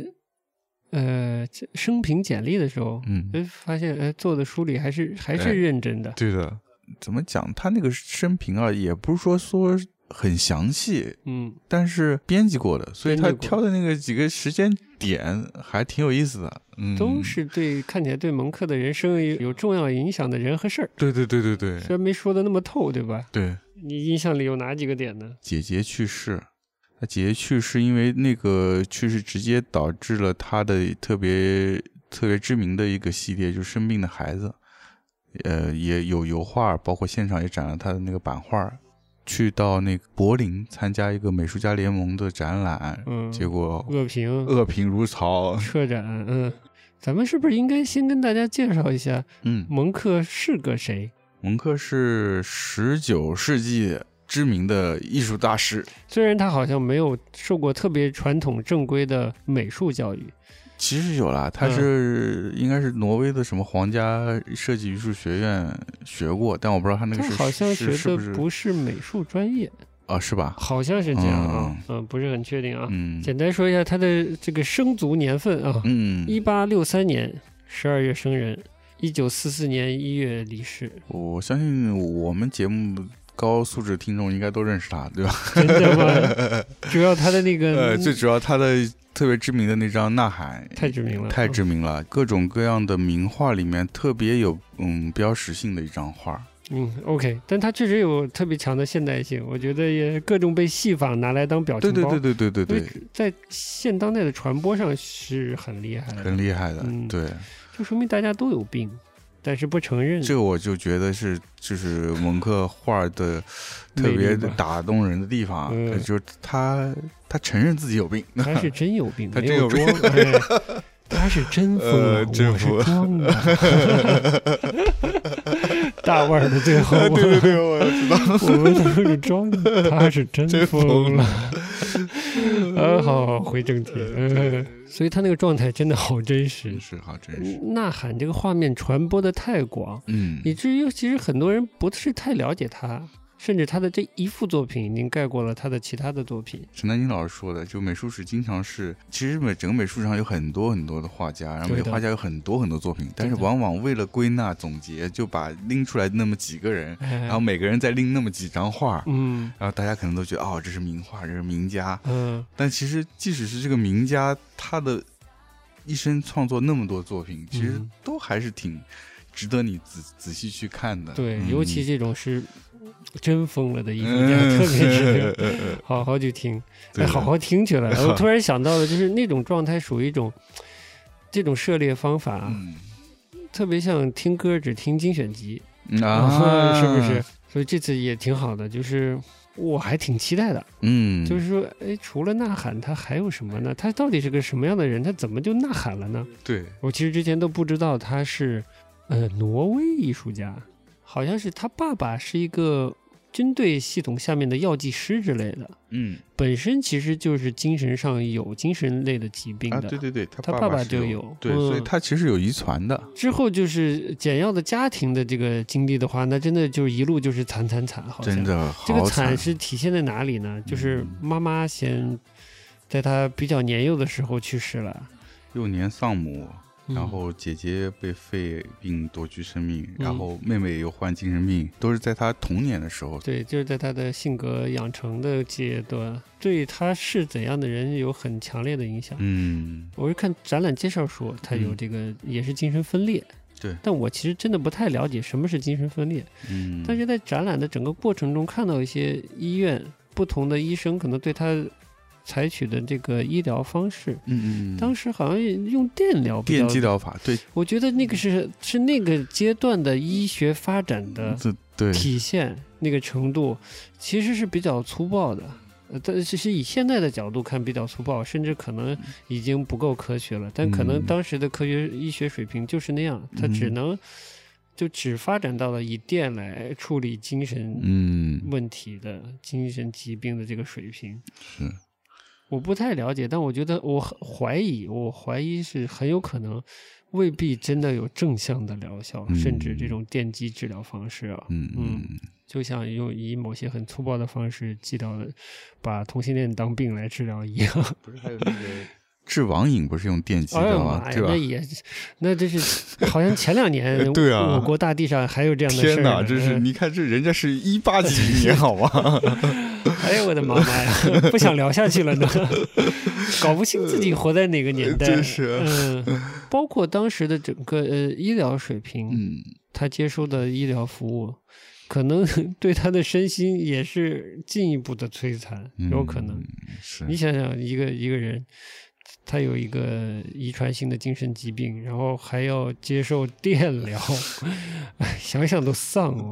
Speaker 2: 呃这生平简历的时候，
Speaker 1: 嗯，
Speaker 2: 哎，发现哎做的梳理还是还
Speaker 1: 哎
Speaker 2: 是认真的，
Speaker 1: 对的。怎么讲？他那个生平啊，也不是说说很详细，
Speaker 2: 嗯，
Speaker 1: 但是编辑过的，所以他
Speaker 2: 编辑过
Speaker 1: 挑的那个几个时间点还挺有意思的。嗯，
Speaker 2: 都是对看起来对蒙克的人生有有重要影响的人和事儿，
Speaker 1: 对对对对对
Speaker 2: 虽然没说的那么透，对吧？
Speaker 1: 对。
Speaker 2: 你印象里有哪几个点呢？
Speaker 1: 姐姐去世，他姐姐去世，因为那个去世直接导致了他的特别特别知名的一个系列，就是《生病的孩子》，呃，也有油画，包括现场也展了他的那个版画。去到那个柏林参加一个美术家联盟的展览，
Speaker 2: 嗯
Speaker 1: 结果
Speaker 2: 恶评、
Speaker 1: 恶评如潮。
Speaker 2: 车展，嗯，咱们是不是应该先跟大家介绍一下
Speaker 1: 嗯，
Speaker 2: 蒙克是个谁？
Speaker 1: 蒙克是十九世纪知名的艺术大师，
Speaker 2: 虽然他好像没有受过特别传统正规的美术教育，
Speaker 1: 其实有啦，他是、应该是挪威的什么皇家设计艺术学院学过，但我不知道他那个
Speaker 2: 他
Speaker 1: 是
Speaker 2: 好像学
Speaker 1: 是是
Speaker 2: 的
Speaker 1: 不是
Speaker 2: 不是美术专业，
Speaker 1: 啊，是吧？
Speaker 2: 好像是这样啊，嗯，不是很确定啊。
Speaker 1: 嗯
Speaker 2: 简单说一下他的这个生卒年份啊，
Speaker 1: 嗯，
Speaker 2: 一八六三年十二月生人，一九四四年一月离世，
Speaker 1: 我相信我们节目高素质听众应该都认识他，对吧？
Speaker 2: 真的吗？ 主要他的那个
Speaker 1: 呃， 最主要他的特别知名的那张《呐喊》
Speaker 2: 嗯太知名了，嗯
Speaker 1: 太知名了，各种各样的名画里面特别有嗯标识性的一张画。
Speaker 2: 嗯，OK，但他确实有特别强的现代性，我觉得也各种被戏法拿来当表情
Speaker 1: 对
Speaker 2: 包，
Speaker 1: 对对对对对对，
Speaker 2: 在现当代的传播上是很厉害的
Speaker 1: 很，厉害的，
Speaker 2: 嗯
Speaker 1: 对。
Speaker 2: 就说明大家都有病，但是不承认。
Speaker 1: 这个我就觉得是就是蒙克画的特别
Speaker 2: 魅力吧
Speaker 1: 打动人的地方，
Speaker 2: 嗯
Speaker 1: 呃就是他他承认自己有病，
Speaker 2: 他是真有 病，
Speaker 1: 他
Speaker 2: 没
Speaker 1: 真有
Speaker 2: 有
Speaker 1: 病
Speaker 2: 装。哎他是真疯了，
Speaker 1: 呃真
Speaker 2: 我是
Speaker 1: 疯了
Speaker 2: 装的。 大腕儿的 最后，我
Speaker 1: 对对，我知道。
Speaker 2: 我们都是装的，他是真
Speaker 1: 真
Speaker 2: 疯
Speaker 1: 疯
Speaker 2: 了。 呃，好好回正题。呃，所以他那个状态真的好真实
Speaker 1: 真。是好，真是，
Speaker 2: 呐喊这个画面传播的太广，
Speaker 1: 嗯，
Speaker 2: 以至于其实很多人不是太了解他，甚至他的这一幅作品已经盖过了他的其他的作品。
Speaker 1: 陈丹青老师说的，就美术史经常是，其实美整个美术上有很多很多的画家，然后每
Speaker 2: 对的
Speaker 1: 个画家有很多很多作品，但
Speaker 2: 的
Speaker 1: 是往往为了归纳总结，就把拎出来那么几个人，
Speaker 2: 哎
Speaker 1: 然后每个人再拎那么几张画，
Speaker 2: 嗯
Speaker 1: 然后大家可能都觉得哦，这是名画，这是名家，
Speaker 2: 嗯，
Speaker 1: 但其实，即使是这个名家，他的一生创作那么多作品，其
Speaker 2: 嗯
Speaker 1: 实都还是挺值得你仔仔细去看的。
Speaker 2: 对，
Speaker 1: 嗯
Speaker 2: 尤其这种是真疯了的艺术家，
Speaker 1: 嗯
Speaker 2: 特别值
Speaker 1: 呃呃呃
Speaker 2: 得好好去听，
Speaker 1: 对
Speaker 2: 哎，好好听起来。 我突然想到了，就是那种状态属于一种这种涉猎方法啊，
Speaker 1: 嗯
Speaker 2: 特别像听歌只听精选集，
Speaker 1: 嗯啊，
Speaker 2: 是不是？？所以这次也挺好的，就是我还挺期待的。
Speaker 1: 嗯，
Speaker 2: 就是说，哎，除了呐喊，他还有什么呢？他到底是个什么样的人？他怎么就呐喊了呢？
Speaker 1: 对，
Speaker 2: 我其实之前都不知道他是，呃，挪威艺术家，好像是他爸爸是一个军队系统下面的药剂师之类的，
Speaker 1: 嗯
Speaker 2: 本身其实就是精神上有精神类的疾病
Speaker 1: 啊，
Speaker 2: 的。
Speaker 1: 对对对，他
Speaker 2: 他
Speaker 1: 爸
Speaker 2: 爸爸
Speaker 1: 是
Speaker 2: 就有
Speaker 1: 有，对，所以
Speaker 2: 嗯
Speaker 1: 他其实有遗传的。
Speaker 2: 之后就是简要的家庭的这个经历的话，那真的就是一路就是惨惨惨，好像
Speaker 1: 真的
Speaker 2: 这个
Speaker 1: 好嗯
Speaker 2: 惨是体现在哪里呢？就是妈妈先在他比较年幼的时候去世了，
Speaker 1: 幼年丧母，
Speaker 2: 嗯
Speaker 1: 然后姐姐被肺病夺去生命，
Speaker 2: 嗯
Speaker 1: 然后妹妹又患精神病，都是在她童年的时候。
Speaker 2: 对，就是在他的性格养成的阶段，对他是怎样的人有很强烈的影响。
Speaker 1: 嗯，
Speaker 2: 我是看展览介绍说他有
Speaker 1: 嗯
Speaker 2: 这个、也是精神分裂，
Speaker 1: 对，
Speaker 2: 但我其实真的不太了解什么是精神分裂。
Speaker 1: 嗯，
Speaker 2: 但是在展览的整个过程中，看到一些医院不同的医生可能对他采取的这个医疗方式，
Speaker 1: 嗯嗯，嗯
Speaker 2: 当时好像用电疗比较
Speaker 1: 电击，疗法，对，
Speaker 2: 我觉得那个是是那个阶段的医学发展的
Speaker 1: 这对，
Speaker 2: 体现，那个程度其实是比较粗暴的。呃，但是是以现在的角度看比较粗暴，甚至可能已经不够科学了。但可能
Speaker 1: 嗯
Speaker 2: 当时的科学医学水平就是那样，它只
Speaker 1: 嗯
Speaker 2: 能就只发展到了以电来处理精神
Speaker 1: 嗯，
Speaker 2: 问题的精神疾病的这个水平，
Speaker 1: 是，
Speaker 2: 我不太了解，但我觉得我很怀疑，我怀疑是很有可能未必真的有正向的疗效，
Speaker 1: 嗯
Speaker 2: 甚至这种电击治疗方式啊，
Speaker 1: 嗯
Speaker 2: 嗯就像用以某些很粗暴的方式治疗，把同性恋当病来治疗一样。
Speaker 1: 不是还有那个治网瘾不是用电击
Speaker 2: 哎呀
Speaker 1: 的
Speaker 2: 妈
Speaker 1: 吗？
Speaker 2: 呀
Speaker 1: 对，吧
Speaker 2: 那？也是，那这是好像前两年
Speaker 1: 呃 对啊
Speaker 2: 我国大地上还有这样的事儿啊嗯
Speaker 1: 天哪，
Speaker 2: 呢
Speaker 1: 这是你看这人家是一八几零年好 吗？
Speaker 2: 哎呦我的妈妈呀， 不想聊下去了呢， 搞不清自己活在哪个年代。
Speaker 1: 呃真是啊
Speaker 2: 嗯，包括当时的整个呃医疗水平，
Speaker 1: 嗯，
Speaker 2: 他接收的医疗服务，可能 对他的身心也是进一步的摧残，有可能。
Speaker 1: 嗯是
Speaker 2: 你想想，一个一个人。他有一个遗传性的精神疾病，然后还要接受电 疗，哎想想都丧哦，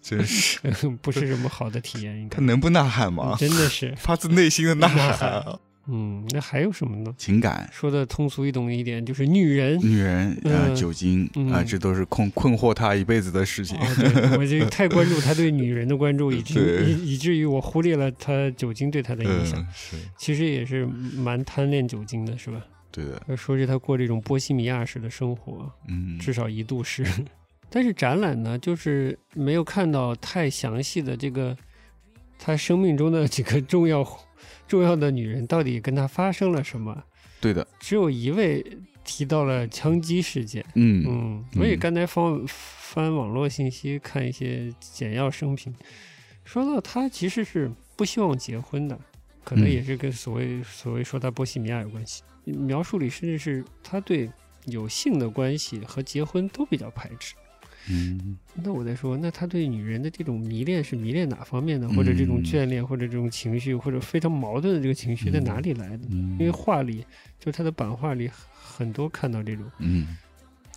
Speaker 1: 真是，
Speaker 2: 不是什么好的体验，应该
Speaker 1: 他能不呐喊吗？
Speaker 2: 嗯真的是。
Speaker 1: 发自内心的呐喊，
Speaker 2: 嗯，那还有什么呢？
Speaker 1: 情感。
Speaker 2: 说的通俗易懂一点，就是女人。
Speaker 1: 女人啊、
Speaker 2: 嗯
Speaker 1: 酒精啊、
Speaker 2: 嗯
Speaker 1: 这都是困困惑她一辈子的事情。
Speaker 2: 哦，对，我就太关注他对女人的关注，以至
Speaker 1: 对
Speaker 2: 以以至于我忽略了他酒精对他的影响。
Speaker 1: 嗯，是
Speaker 2: 其实也是蛮贪恋酒精的，是吧？
Speaker 1: 对的，
Speaker 2: 说是他过这种波西米亚式的生活，
Speaker 1: 嗯，
Speaker 2: 至少一度是。 但是展览呢，就是没有看到太详细的这个他生命中的几个重要 重要的女人到底跟他发生了什么。
Speaker 1: 对的，
Speaker 2: 只有一位提到了枪击事件。
Speaker 1: 嗯
Speaker 2: 嗯，我也
Speaker 1: 嗯
Speaker 2: 刚才翻翻网络信息，看一些简要生平，说到他其实是不希望结婚的，可能
Speaker 1: 嗯
Speaker 2: 也是跟所谓、所谓说他波西米亚有关系。嗯描述里甚至是他对有性的关系和结婚都比较排斥。
Speaker 1: 嗯
Speaker 2: 那我在说，那他对女人的这种迷恋是迷恋哪方面的，或者这种
Speaker 1: 嗯
Speaker 2: 眷恋，或者这种情绪，或者非常矛盾的这个情绪在哪里来的？
Speaker 1: 嗯，
Speaker 2: 因为画里，就是他的版画里很多看到这种。
Speaker 1: 嗯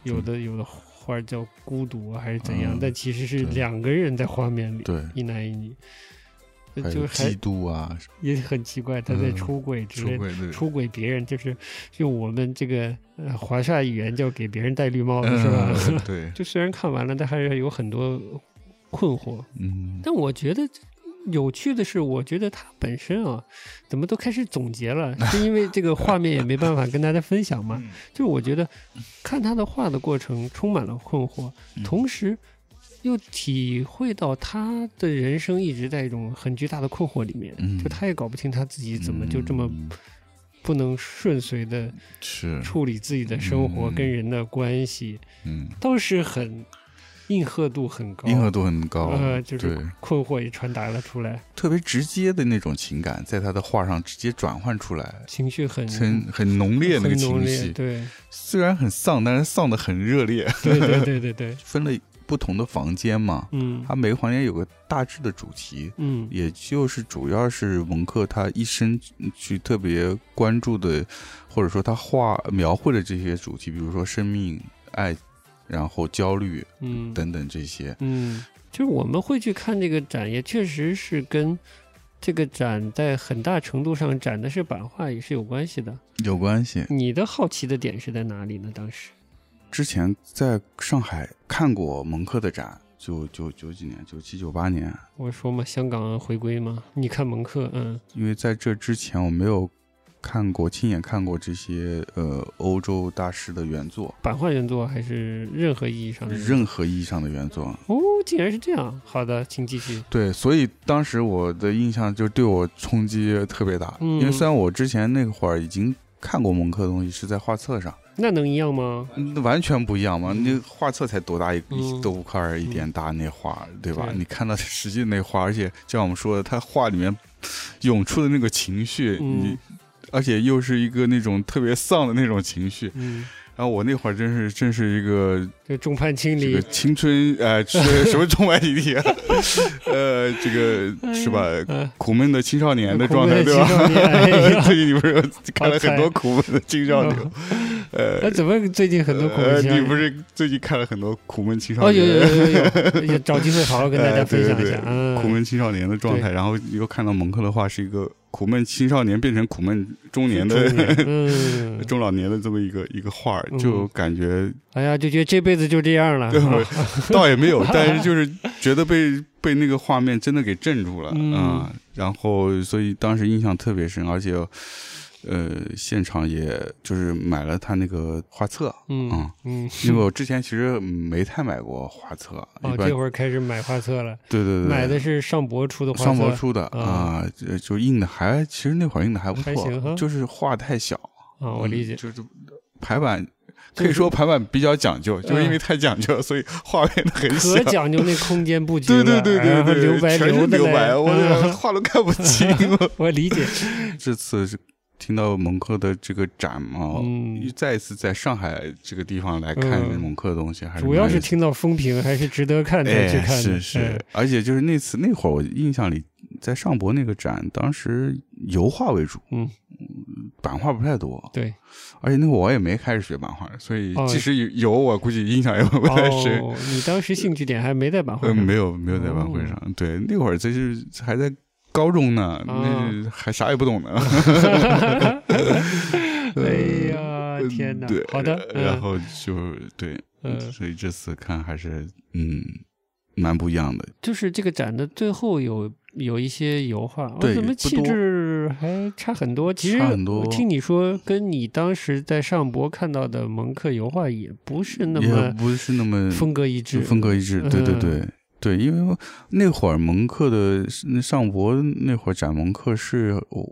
Speaker 2: 有的有的花儿叫孤独啊还是怎样，
Speaker 1: 嗯
Speaker 2: 但其实是
Speaker 1: 对
Speaker 2: 两个人在画面里，
Speaker 1: 对，
Speaker 2: 一男一女，呃
Speaker 1: 还
Speaker 2: 就
Speaker 1: 有
Speaker 2: 是还
Speaker 1: 嫉妒啊，
Speaker 2: 也很奇怪，他在出轨
Speaker 1: 嗯
Speaker 2: 之
Speaker 1: 出
Speaker 2: 类的。
Speaker 1: 轨对
Speaker 2: 出轨别人就是用我们这个呃华夏语言叫给别人戴绿帽子、是吧？
Speaker 1: 嗯对，
Speaker 2: 就虽然看完了，但还是有很多困惑。
Speaker 1: 嗯，
Speaker 2: 但我觉得有趣的是，我觉得它本身啊，怎么都开始总结了，是因为这个画面也没办法跟大家分享嘛。就是我觉得看他的画的过程充满了困惑，
Speaker 1: 嗯
Speaker 2: 同时又体会到他的人生一直在一种很巨大的困惑里面，
Speaker 1: 嗯
Speaker 2: 就他也搞不清他自己怎么就这么
Speaker 1: 嗯
Speaker 2: 不能顺遂的
Speaker 1: 是
Speaker 2: 处理自己的生活
Speaker 1: 嗯
Speaker 2: 跟人的关系，
Speaker 1: 嗯，
Speaker 2: 倒是很应和度很高，
Speaker 1: 硬核度很高，
Speaker 2: 呃，就是
Speaker 1: 对，
Speaker 2: 困惑也传达了出来。
Speaker 1: 特别直接的那种情感，在他的画上直接转换出来，
Speaker 2: 情绪很
Speaker 1: 很很浓烈那个
Speaker 2: 嗯很浓
Speaker 1: 情
Speaker 2: 烈，
Speaker 1: 绪，
Speaker 2: 对
Speaker 1: 虽然很丧，但是丧的很热烈。
Speaker 2: 对对对对对，
Speaker 1: 分了不同的房间嘛，
Speaker 2: 嗯
Speaker 1: 它每个房间有个大致的主题，
Speaker 2: 嗯
Speaker 1: 也就是主要是蒙克他一生去特别关注的，或者说他画描绘的这些主题，比如说生命、爱，然后焦虑
Speaker 2: 嗯
Speaker 1: 等等这些。
Speaker 2: 嗯，就是我们会去看这个展，也确实是跟这个展在很大程度上展的是版画也是有关系的。
Speaker 1: 有关系。
Speaker 2: 你的好奇的点是在哪里呢？当时，
Speaker 1: 之前在上海看过蒙克的展，就就九几年，九七九八年，
Speaker 2: 我说嘛，香港回归嘛，你看蒙克，嗯
Speaker 1: 因为在这之前我没有看过亲眼看过这些呃欧洲大师的原作，
Speaker 2: 版画原作还是任何意义上的原作
Speaker 1: 任何意义上的原作。
Speaker 2: 哦，竟然是这样。好的，请继续。
Speaker 1: 对，所以当时我的印象就对我冲击特别大，
Speaker 2: 嗯
Speaker 1: 因为虽然我之前那会儿已经看过蒙克的东西是在画册上，
Speaker 2: 那能一样吗？
Speaker 1: 那完全不一样嘛！那画册才多大一
Speaker 2: 嗯
Speaker 1: 一豆腐块儿一点大那画，对吧？
Speaker 2: 对
Speaker 1: 你看到实际那画，而且就像我们说的，他画里面涌出的那个情绪，
Speaker 2: 嗯
Speaker 1: 你而且又是一个那种特别丧的那种情绪。
Speaker 2: 嗯，
Speaker 1: 然后我那会儿真是真是一个
Speaker 2: 这众叛亲
Speaker 1: 这
Speaker 2: 离
Speaker 1: 个，青春 呃是什么中外异地啊， 呃这个是吧？
Speaker 2: 嗯，
Speaker 1: 苦闷的青少年的
Speaker 2: 苦
Speaker 1: 状态，
Speaker 2: 闷的
Speaker 1: 对吧
Speaker 2: 青少年 哎？呀
Speaker 1: 最近你不是看了很
Speaker 2: 好
Speaker 1: 多
Speaker 2: 惨
Speaker 1: 苦闷的青少年
Speaker 2: 嗯？
Speaker 1: 呃
Speaker 2: 那，怎么最近很多恐怖
Speaker 1: 呃
Speaker 2: 情人
Speaker 1: 你不是最近看了很多苦闷青少
Speaker 2: 哦，有
Speaker 1: 年？
Speaker 2: 有有有有有，找机会好好跟大
Speaker 1: 哎
Speaker 2: 家
Speaker 1: 对
Speaker 2: 分享一
Speaker 1: 对
Speaker 2: 下
Speaker 1: 对
Speaker 2: 嗯，
Speaker 1: 苦闷青少年的状态，然后又看到蒙克的话是一个苦闷青少年变成苦闷中年的，
Speaker 2: 中年嗯
Speaker 1: 中老年的这么一个一个画儿
Speaker 2: 嗯，
Speaker 1: 就感觉
Speaker 2: 哎呀，就觉得这辈子就这样了。
Speaker 1: 对
Speaker 2: 啊
Speaker 1: 倒也没有，但是就是觉得 被被那个画面真的给镇住了，
Speaker 2: 嗯
Speaker 1: 啊，然后所以当时印象特别深，而且呃，现场也就是买了他那个画册，
Speaker 2: 嗯
Speaker 1: 嗯
Speaker 2: 嗯，
Speaker 1: 因为我之前其实没太买过画册，
Speaker 2: 哦
Speaker 1: 一，般
Speaker 2: 这会儿开始买画册了，
Speaker 1: 对对对，
Speaker 2: 买的是上博出的画册。
Speaker 1: 双博出的
Speaker 2: 啊
Speaker 1: 啊，这就印的还其实那会儿印的还不
Speaker 2: 还行哈
Speaker 1: 错，就是画太小，
Speaker 2: 啊，我理解
Speaker 1: 嗯。就是排版。
Speaker 2: 就是
Speaker 1: 可以说排版比较讲究，就是因
Speaker 2: 嗯
Speaker 1: 为太讲究了，所以画变得很小。
Speaker 2: 可讲究那空间布局
Speaker 1: 对
Speaker 2: 了，
Speaker 1: 对对对
Speaker 2: 然
Speaker 1: 对，
Speaker 2: 后哎留白
Speaker 1: 全是
Speaker 2: 的
Speaker 1: 留白，
Speaker 2: 嘞。
Speaker 1: 我这
Speaker 2: 嗯
Speaker 1: 话都看不 清了。
Speaker 2: 我理解。
Speaker 1: 这次是听到蒙克的这个展嘛，
Speaker 2: 嗯
Speaker 1: 再一次在上海这个地方来
Speaker 2: 嗯
Speaker 1: 看蒙克的东西，还是
Speaker 2: 主要
Speaker 1: 蛮
Speaker 2: 是
Speaker 1: 有意思
Speaker 2: 听到风评，还是值得看
Speaker 1: 的
Speaker 2: 再去
Speaker 1: 哎，
Speaker 2: 看的。
Speaker 1: 是是
Speaker 2: 嗯，，
Speaker 1: 而且就是那次那会儿，我印象里在上博那个展，当时油画为主，
Speaker 2: 嗯，
Speaker 1: 版画不太多，
Speaker 2: 对。
Speaker 1: 而且那会儿我也没开始学版画，所以
Speaker 2: 哦
Speaker 1: 即使有有，我估计印象也不太深。
Speaker 2: 哦，你当时兴趣点还没在版画
Speaker 1: 呃，
Speaker 2: 上。
Speaker 1: 没有没有在晚会上，
Speaker 2: 哦
Speaker 1: 对，那会儿这是还在高中呢，
Speaker 2: 啊
Speaker 1: 那还啥也不懂呢。
Speaker 2: 哎呀，天哪！
Speaker 1: 对，
Speaker 2: 好的，
Speaker 1: 然
Speaker 2: 嗯
Speaker 1: 后就对，
Speaker 2: 嗯，
Speaker 1: 所以这次看还是嗯，蛮不一样的。
Speaker 2: 就是这个展的最后有有一些油画，我、
Speaker 1: 对
Speaker 2: 怎么
Speaker 1: 不
Speaker 2: 气
Speaker 1: 多
Speaker 2: 质还差很多？其实
Speaker 1: 差很多
Speaker 2: 我听你说，跟你当时在上博看到的蒙克油画也不是那
Speaker 1: 也
Speaker 2: 么
Speaker 1: 不是那么
Speaker 2: 风格一致。
Speaker 1: 风格一致，对对
Speaker 2: 嗯
Speaker 1: 对。对，因为那会儿蒙克的上博那会儿展蒙克是，哦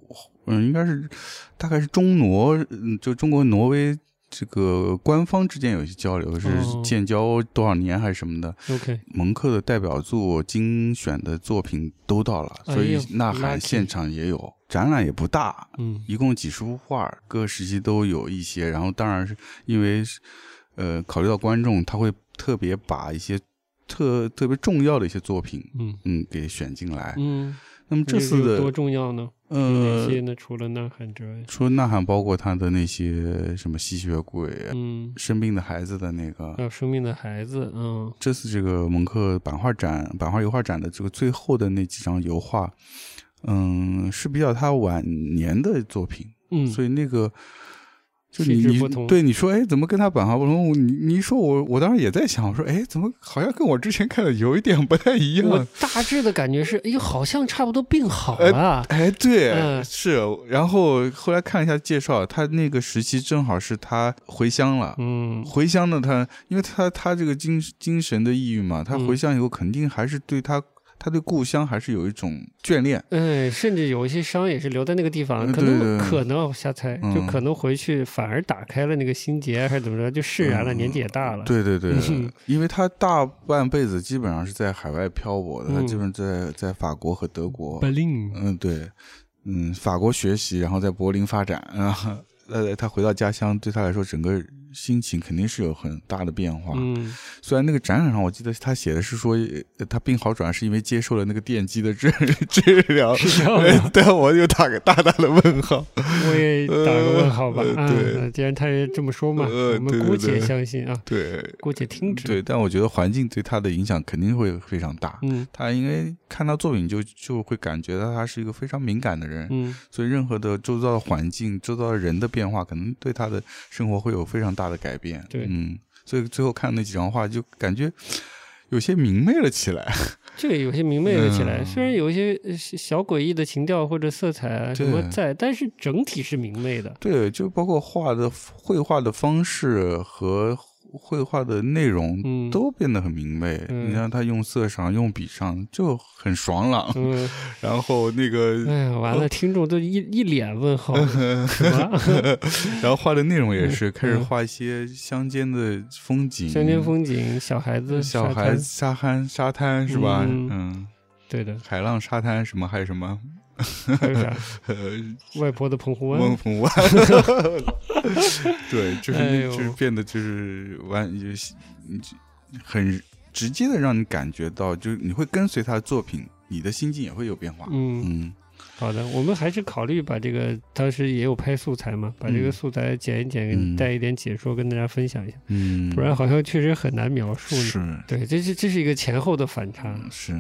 Speaker 1: 嗯，应该是大概是中挪，嗯就中国挪威这个官方之间有一些交流，是
Speaker 2: 哦
Speaker 1: 建交多少年还是什么的。
Speaker 2: OK，
Speaker 1: 蒙克的代表作精选的作品都到了，
Speaker 2: 哎呦
Speaker 1: 所以呐
Speaker 2: lucky
Speaker 1: 喊现场也有，展览也不大，
Speaker 2: 嗯
Speaker 1: 一共几十幅画，各个时期都有一些。然后当然是因为是，呃，考虑到观众，他会特别把一些特特别重要的一些作品，
Speaker 2: 嗯
Speaker 1: 嗯，给选进来。
Speaker 2: 嗯，
Speaker 1: 那么这次
Speaker 2: 有多
Speaker 1: 的，
Speaker 2: 重要呢？有哪
Speaker 1: 呃，
Speaker 2: 些呢？除了呐喊之外，
Speaker 1: 除了呐喊，包括他的那些什么吸血鬼、
Speaker 2: 嗯，
Speaker 1: 生病的孩子的那个
Speaker 2: 还，有生命的孩子，嗯
Speaker 1: 这次这个蒙克版画展、版画油画展的这个最后的那几张油画，嗯，是比较他晚年的作品，
Speaker 2: 嗯，
Speaker 1: 所以那个就
Speaker 2: 气
Speaker 1: 你
Speaker 2: 质
Speaker 1: 你
Speaker 2: 不同
Speaker 1: 对你说，哎，怎么跟他版画不同？你你一说我，我当时也在想，我说，哎，怎么好像跟我之前看的有一点不太一
Speaker 2: 嗯我
Speaker 1: 样？
Speaker 2: 大致的感觉是，哎呦，好像差不多病好了。啊
Speaker 1: 哎，对，
Speaker 2: 嗯
Speaker 1: 是。然后后来看了一下介绍，他那个时期正好是他回乡了。
Speaker 2: 嗯，
Speaker 1: 回乡呢，他因为他他这个精精神的抑郁嘛，他
Speaker 2: 嗯
Speaker 1: 回乡以后肯定还是对他、他对故乡还是有一种眷恋，
Speaker 2: 嗯，甚至有一些伤也是留在那个地方，
Speaker 1: 嗯
Speaker 2: 可
Speaker 1: 对
Speaker 2: 能
Speaker 1: 对
Speaker 2: 可能我瞎猜，就
Speaker 1: 嗯
Speaker 2: 可能回去反而打开了那个心结，还是怎么着，就释然了，
Speaker 1: 嗯
Speaker 2: 年纪也大了。，
Speaker 1: 对对对
Speaker 2: 嗯，
Speaker 1: 因为他大半辈子基本上是在海外漂泊的，
Speaker 2: 嗯
Speaker 1: 他基本在在法国和德国，
Speaker 2: 林，
Speaker 1: 嗯对，嗯法国学习，然后在柏林发展啊， 呃他回到家乡对他来说整个心情肯定是有很大的变化。
Speaker 2: 嗯，
Speaker 1: 虽然那个展览上我记得他写的是说呃他病好转是因为接受了那个电击的治治疗，，
Speaker 2: 是这样的
Speaker 1: 但我就打个大大的问号。
Speaker 2: 我也打个问号吧。
Speaker 1: 呃
Speaker 2: 啊
Speaker 1: 对，
Speaker 2: 那既然他也这么说嘛，
Speaker 1: 呃
Speaker 2: 我
Speaker 1: 对
Speaker 2: 们
Speaker 1: 对
Speaker 2: 姑且
Speaker 1: 对
Speaker 2: 相信啊，
Speaker 1: 对
Speaker 2: 姑且听之。
Speaker 1: 对，但我觉得环境对他的影响肯定会非常大。
Speaker 2: 嗯
Speaker 1: 他因为看他作品就就会感觉到他是一个非常敏感的人，
Speaker 2: 嗯
Speaker 1: 所以任何的周遭的环境、周遭的人的变化，可能对他的生活会有非常大的改变。
Speaker 2: 对
Speaker 1: 嗯，所以最后看那几张画，就感觉 有些明媚了起来。
Speaker 2: 这个有些明媚了起来，
Speaker 1: 嗯
Speaker 2: 虽然有一些呃小小诡异的情调或者色彩啊什么
Speaker 1: 对
Speaker 2: 在，但是整体是明媚的。
Speaker 1: 对，就包括画的绘画的方式和绘画的内容
Speaker 2: 嗯，
Speaker 1: 都变得很明媚。
Speaker 2: 嗯
Speaker 1: 你让他用色上、用笔上就很爽朗，
Speaker 2: 嗯，
Speaker 1: 然后那
Speaker 2: 哎
Speaker 1: 个，
Speaker 2: 呀，完了，听众都一一脸 问号，什么
Speaker 1: 然后画的内容也是开始
Speaker 2: 嗯
Speaker 1: 画一些乡间的风景，
Speaker 2: 乡间、风景、小孩子、
Speaker 1: 嗯小
Speaker 2: 沙滩
Speaker 1: 孩子、沙滩、沙滩是吧？
Speaker 2: 嗯
Speaker 1: 嗯，
Speaker 2: 对的，
Speaker 1: 海浪、沙滩什么还有什么？
Speaker 2: 还有啥？
Speaker 1: 呃，
Speaker 2: 外婆的澎湖
Speaker 1: 孟
Speaker 2: 湾，
Speaker 1: 婆 湾，对，就是
Speaker 2: 哎
Speaker 1: 那
Speaker 2: 呦
Speaker 1: 就是变得就是完，就是你就很直接的让你感觉到，就是你会跟随他的作品，你的心境也会有变化。
Speaker 2: 嗯，
Speaker 1: 嗯
Speaker 2: 好的，我们还是考虑把这个，当时也有拍素材嘛，把这
Speaker 1: 嗯
Speaker 2: 个素材剪一剪，
Speaker 1: 嗯
Speaker 2: 带一点解说跟大家分享一下，
Speaker 1: 嗯，
Speaker 2: 不然好像确实很难描述呢。
Speaker 1: 是嗯
Speaker 2: 对，这是这是一个前后的反差，
Speaker 1: 是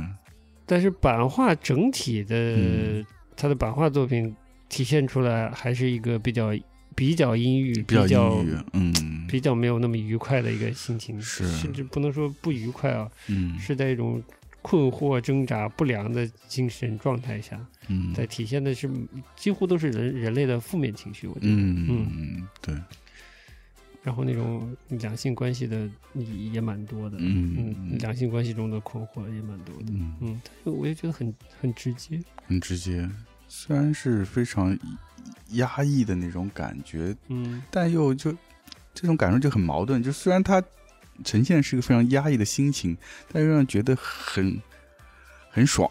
Speaker 2: 但是版画整体的
Speaker 1: 嗯
Speaker 2: 它的版画作品体现出来还是一个比较比较阴郁，
Speaker 1: 比较抑郁，嗯
Speaker 2: 比较没有那么愉快的一个心情，
Speaker 1: 是
Speaker 2: 甚至不能说不愉快啊，
Speaker 1: 嗯
Speaker 2: 是在一种困惑、挣扎、不良的精神状态下，
Speaker 1: 嗯
Speaker 2: 在体现的是几乎都是人人类的负面情绪，我觉得。
Speaker 1: 嗯
Speaker 2: 嗯
Speaker 1: 嗯对
Speaker 2: 然后那种两性关系的也也蛮多的，
Speaker 1: 嗯
Speaker 2: 嗯，两性关系中的困惑也蛮多的，
Speaker 1: 嗯
Speaker 2: 嗯，我就觉得很很直接，
Speaker 1: 很直接，虽然是非常压抑的那种感觉，
Speaker 2: 嗯
Speaker 1: 但又就这种感受就很矛盾。就虽然它呈现是一个非常压抑的心情，但又让人觉得很很 爽，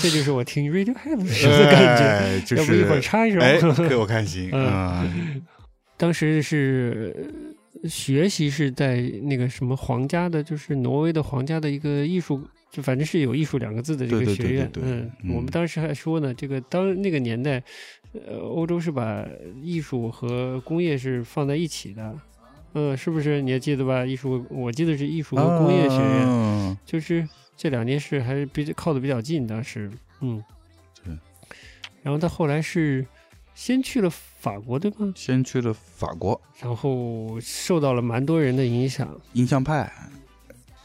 Speaker 2: 这就是我听 Radiohead 时候的感觉。
Speaker 1: 哎就
Speaker 2: 要不一会
Speaker 1: 是哎
Speaker 2: 儿插一首？
Speaker 1: 给我开心
Speaker 2: 嗯
Speaker 1: 啊！
Speaker 2: 当时是呃学习是在那个什么皇家的，就是挪威的皇家的一个艺术，就反正是有艺术两个字的这个
Speaker 1: 对对
Speaker 2: 学
Speaker 1: 对
Speaker 2: 院。
Speaker 1: 对对
Speaker 2: 嗯，
Speaker 1: 嗯
Speaker 2: 我们当时还说呢，这个当那个年代，呃，欧洲是把艺术和工业是放在一起的。嗯，是不是你还记得吧？艺术，我记得是艺术和工业学院，
Speaker 1: 啊
Speaker 2: 就是这两件事还是比较靠的比较近。当时，嗯，
Speaker 1: 对。
Speaker 2: 然后他后来是先去了法国，对吧？
Speaker 1: 先去了法国
Speaker 2: 然后受到了蛮多人的影响。
Speaker 1: 印象派。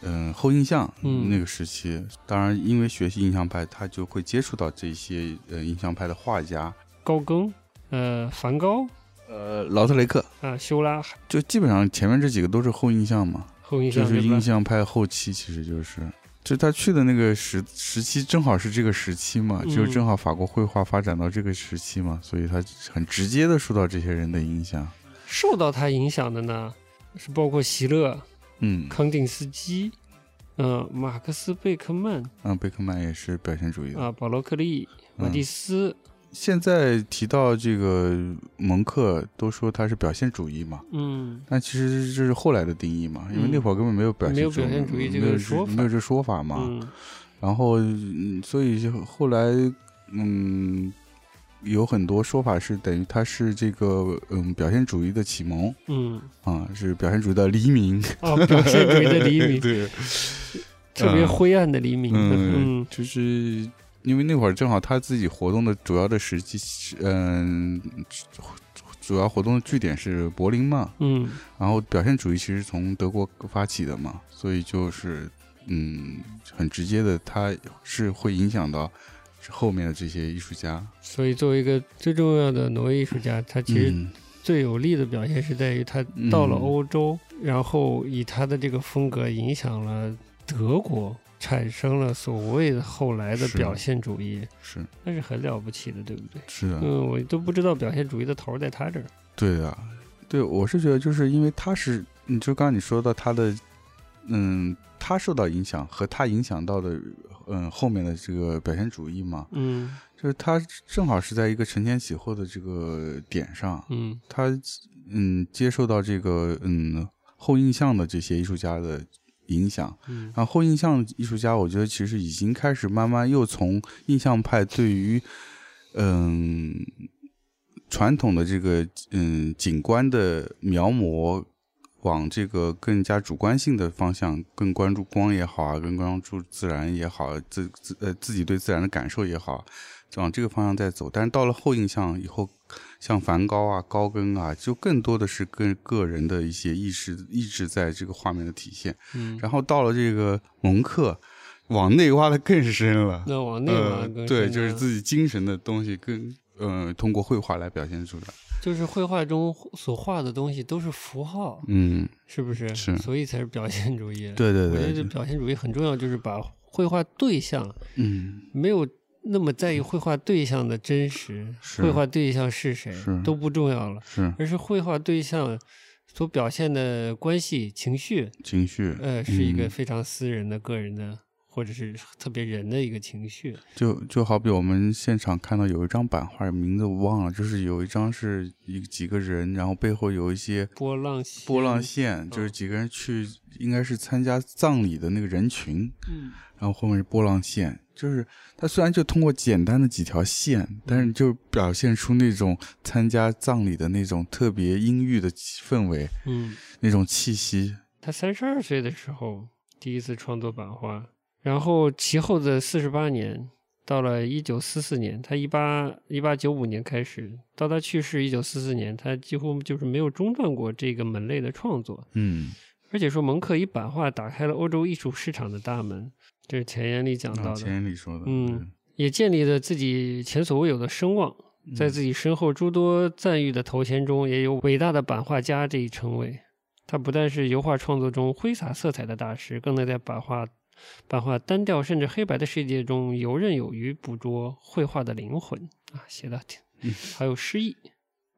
Speaker 1: 嗯，后印象
Speaker 2: 嗯
Speaker 1: 那个时期，当然因为学习印象派，他就会接触到这些呃印象派的画家，
Speaker 2: 高更、呃，梵高
Speaker 1: 呃，劳特雷克，
Speaker 2: 啊，修拉
Speaker 1: 就基本上前面这几个都是后印象嘛，
Speaker 2: 后印象
Speaker 1: 就是
Speaker 2: 对吧
Speaker 1: 印象派后期，其实就是，就他去的那个时时期，正好是这个时期嘛，
Speaker 2: 嗯
Speaker 1: 就正好法国绘画发展到这个时期嘛，所以他很直接的受到这些人的影响。
Speaker 2: 受到他影响的呢，是包括席勒、
Speaker 1: 嗯，
Speaker 2: 康定斯基。嗯，马克思·贝克曼
Speaker 1: 嗯，贝克曼也是表现主义的。
Speaker 2: 啊，保罗·克利、马
Speaker 1: 嗯
Speaker 2: 蒂斯，
Speaker 1: 现在提到这个蒙克，都说他是表现主义嘛，
Speaker 2: 嗯，
Speaker 1: 但其实这是后来的定义嘛，因为
Speaker 2: 嗯
Speaker 1: 那会儿根本没有表现
Speaker 2: 没有
Speaker 1: 主义，
Speaker 2: 表现主义这
Speaker 1: 没有
Speaker 2: 个说法
Speaker 1: 没有这说法嘛。
Speaker 2: 嗯，
Speaker 1: 然后，嗯所以就后来，嗯，有很多说法是等于他是这个嗯表现主义的启蒙
Speaker 2: 嗯，
Speaker 1: 啊，是表现主义的黎明，
Speaker 2: 哦，表现主义的黎明，
Speaker 1: 对，
Speaker 2: 特别灰暗的黎明，
Speaker 1: 嗯，
Speaker 2: 嗯
Speaker 1: 就是因为那会儿正好他自己活动的主要的时期是，嗯，主要活动的据点是柏林嘛，
Speaker 2: 嗯，
Speaker 1: 然后表现主义其实从德国发起的嘛，所以就是嗯，很直接的，它是会影响到后面的这些艺术家。
Speaker 2: 所以作为一个最重要的挪威艺术家，他其实
Speaker 1: 嗯
Speaker 2: 最有力的表现是在于他到了欧洲，然后以他的这个风格影响了德国，产生了所谓的后来的
Speaker 1: 是
Speaker 2: 表现主义，
Speaker 1: 是
Speaker 2: 那是很了不起的，对不对？
Speaker 1: 是的，
Speaker 2: 嗯，我都不知道表现主义的头儿在他这儿。
Speaker 1: 对的，对，我是觉得就是因为他是，你就刚刚你说到他的，嗯，他受到影响和他影响到的，嗯，后面的这个表现主义嘛，
Speaker 2: 嗯
Speaker 1: 就是他正好是在一个承前启后的这个点上，
Speaker 2: 嗯
Speaker 1: 他嗯接受到这个嗯后印象的这些艺术家的影响，
Speaker 2: 嗯
Speaker 1: 然后后印象艺术家，我觉得其实已经开始慢慢又从印象派对于嗯传统的这个嗯景观的描摹，往这个更加主观性的方向，更关注光也好啊，更关注自然也好，自自呃自己对自然的感受也好，往这个方向在走。但是到了后印象以后，像梵高啊、高更啊，就更多的是跟个人的一些意识意志在这个画面的体现。
Speaker 2: 嗯，
Speaker 1: 然后到了这个蒙克，往内挖的更深了，
Speaker 2: 那往内嘛，
Speaker 1: 呃
Speaker 2: 更，
Speaker 1: 对，
Speaker 2: 深啊
Speaker 1: 就是
Speaker 2: 呢
Speaker 1: 自己精神的东西更，呃，通过绘画来表现出来。
Speaker 2: 就是绘画中所画的东西都是符号，
Speaker 1: 嗯，
Speaker 2: 是不是？
Speaker 1: 是
Speaker 2: 所以才是表现主义。，
Speaker 1: 对对
Speaker 2: 我觉
Speaker 1: 对
Speaker 2: 得
Speaker 1: 对，
Speaker 2: 表现主义很重要，就是把绘画对象
Speaker 1: 嗯，
Speaker 2: 没有那么在意绘画对象的真实，
Speaker 1: 是
Speaker 2: 绘画对象是谁
Speaker 1: 是
Speaker 2: 都不重要了，
Speaker 1: 是
Speaker 2: 而是绘画对象所表现的关系、情绪，
Speaker 1: 情绪，
Speaker 2: 呃，是一个
Speaker 1: 嗯
Speaker 2: 非常私人的、个人的，或者是特别人的一个情绪。
Speaker 1: 就就好比我们现场看到有一张版画，名字我忘了，就是有一张是一几个人，然后背后有一些
Speaker 2: 波浪
Speaker 1: 波浪
Speaker 2: 线，
Speaker 1: 线，就是几个人去，应该是参加葬礼的那个人群，
Speaker 2: 嗯，
Speaker 1: 然后后面是波浪线，就是它虽然就通过简单的几条线，但
Speaker 2: 嗯
Speaker 1: 是就表现出那种参加葬礼的那种特别阴郁的气氛围，
Speaker 2: 嗯，
Speaker 1: 那种气息。
Speaker 2: 他三十二岁的时候第一次创作版画，然后其后的四十八年，到了一九四四年，他一八一八九五年开始，到他去世一九四四年，他几乎就是没有中断过这个门类的创作。
Speaker 1: 嗯，
Speaker 2: 而且说，蒙克以版画打开了欧洲艺术市场的大门，这是前言里讲到
Speaker 1: 啊
Speaker 2: 的。
Speaker 1: 前人里说的，
Speaker 2: 嗯也建立了自己前所未有的声望，
Speaker 1: 对，
Speaker 2: 在自己身后诸多赞誉的头衔中，也有“伟大的版画家”这一称谓。他不但是油画创作中挥洒色彩的大师，更能在版画、版画单调甚至黑白的世界中游刃有余，捕捉绘画的灵魂啊，写的挺，还有诗意。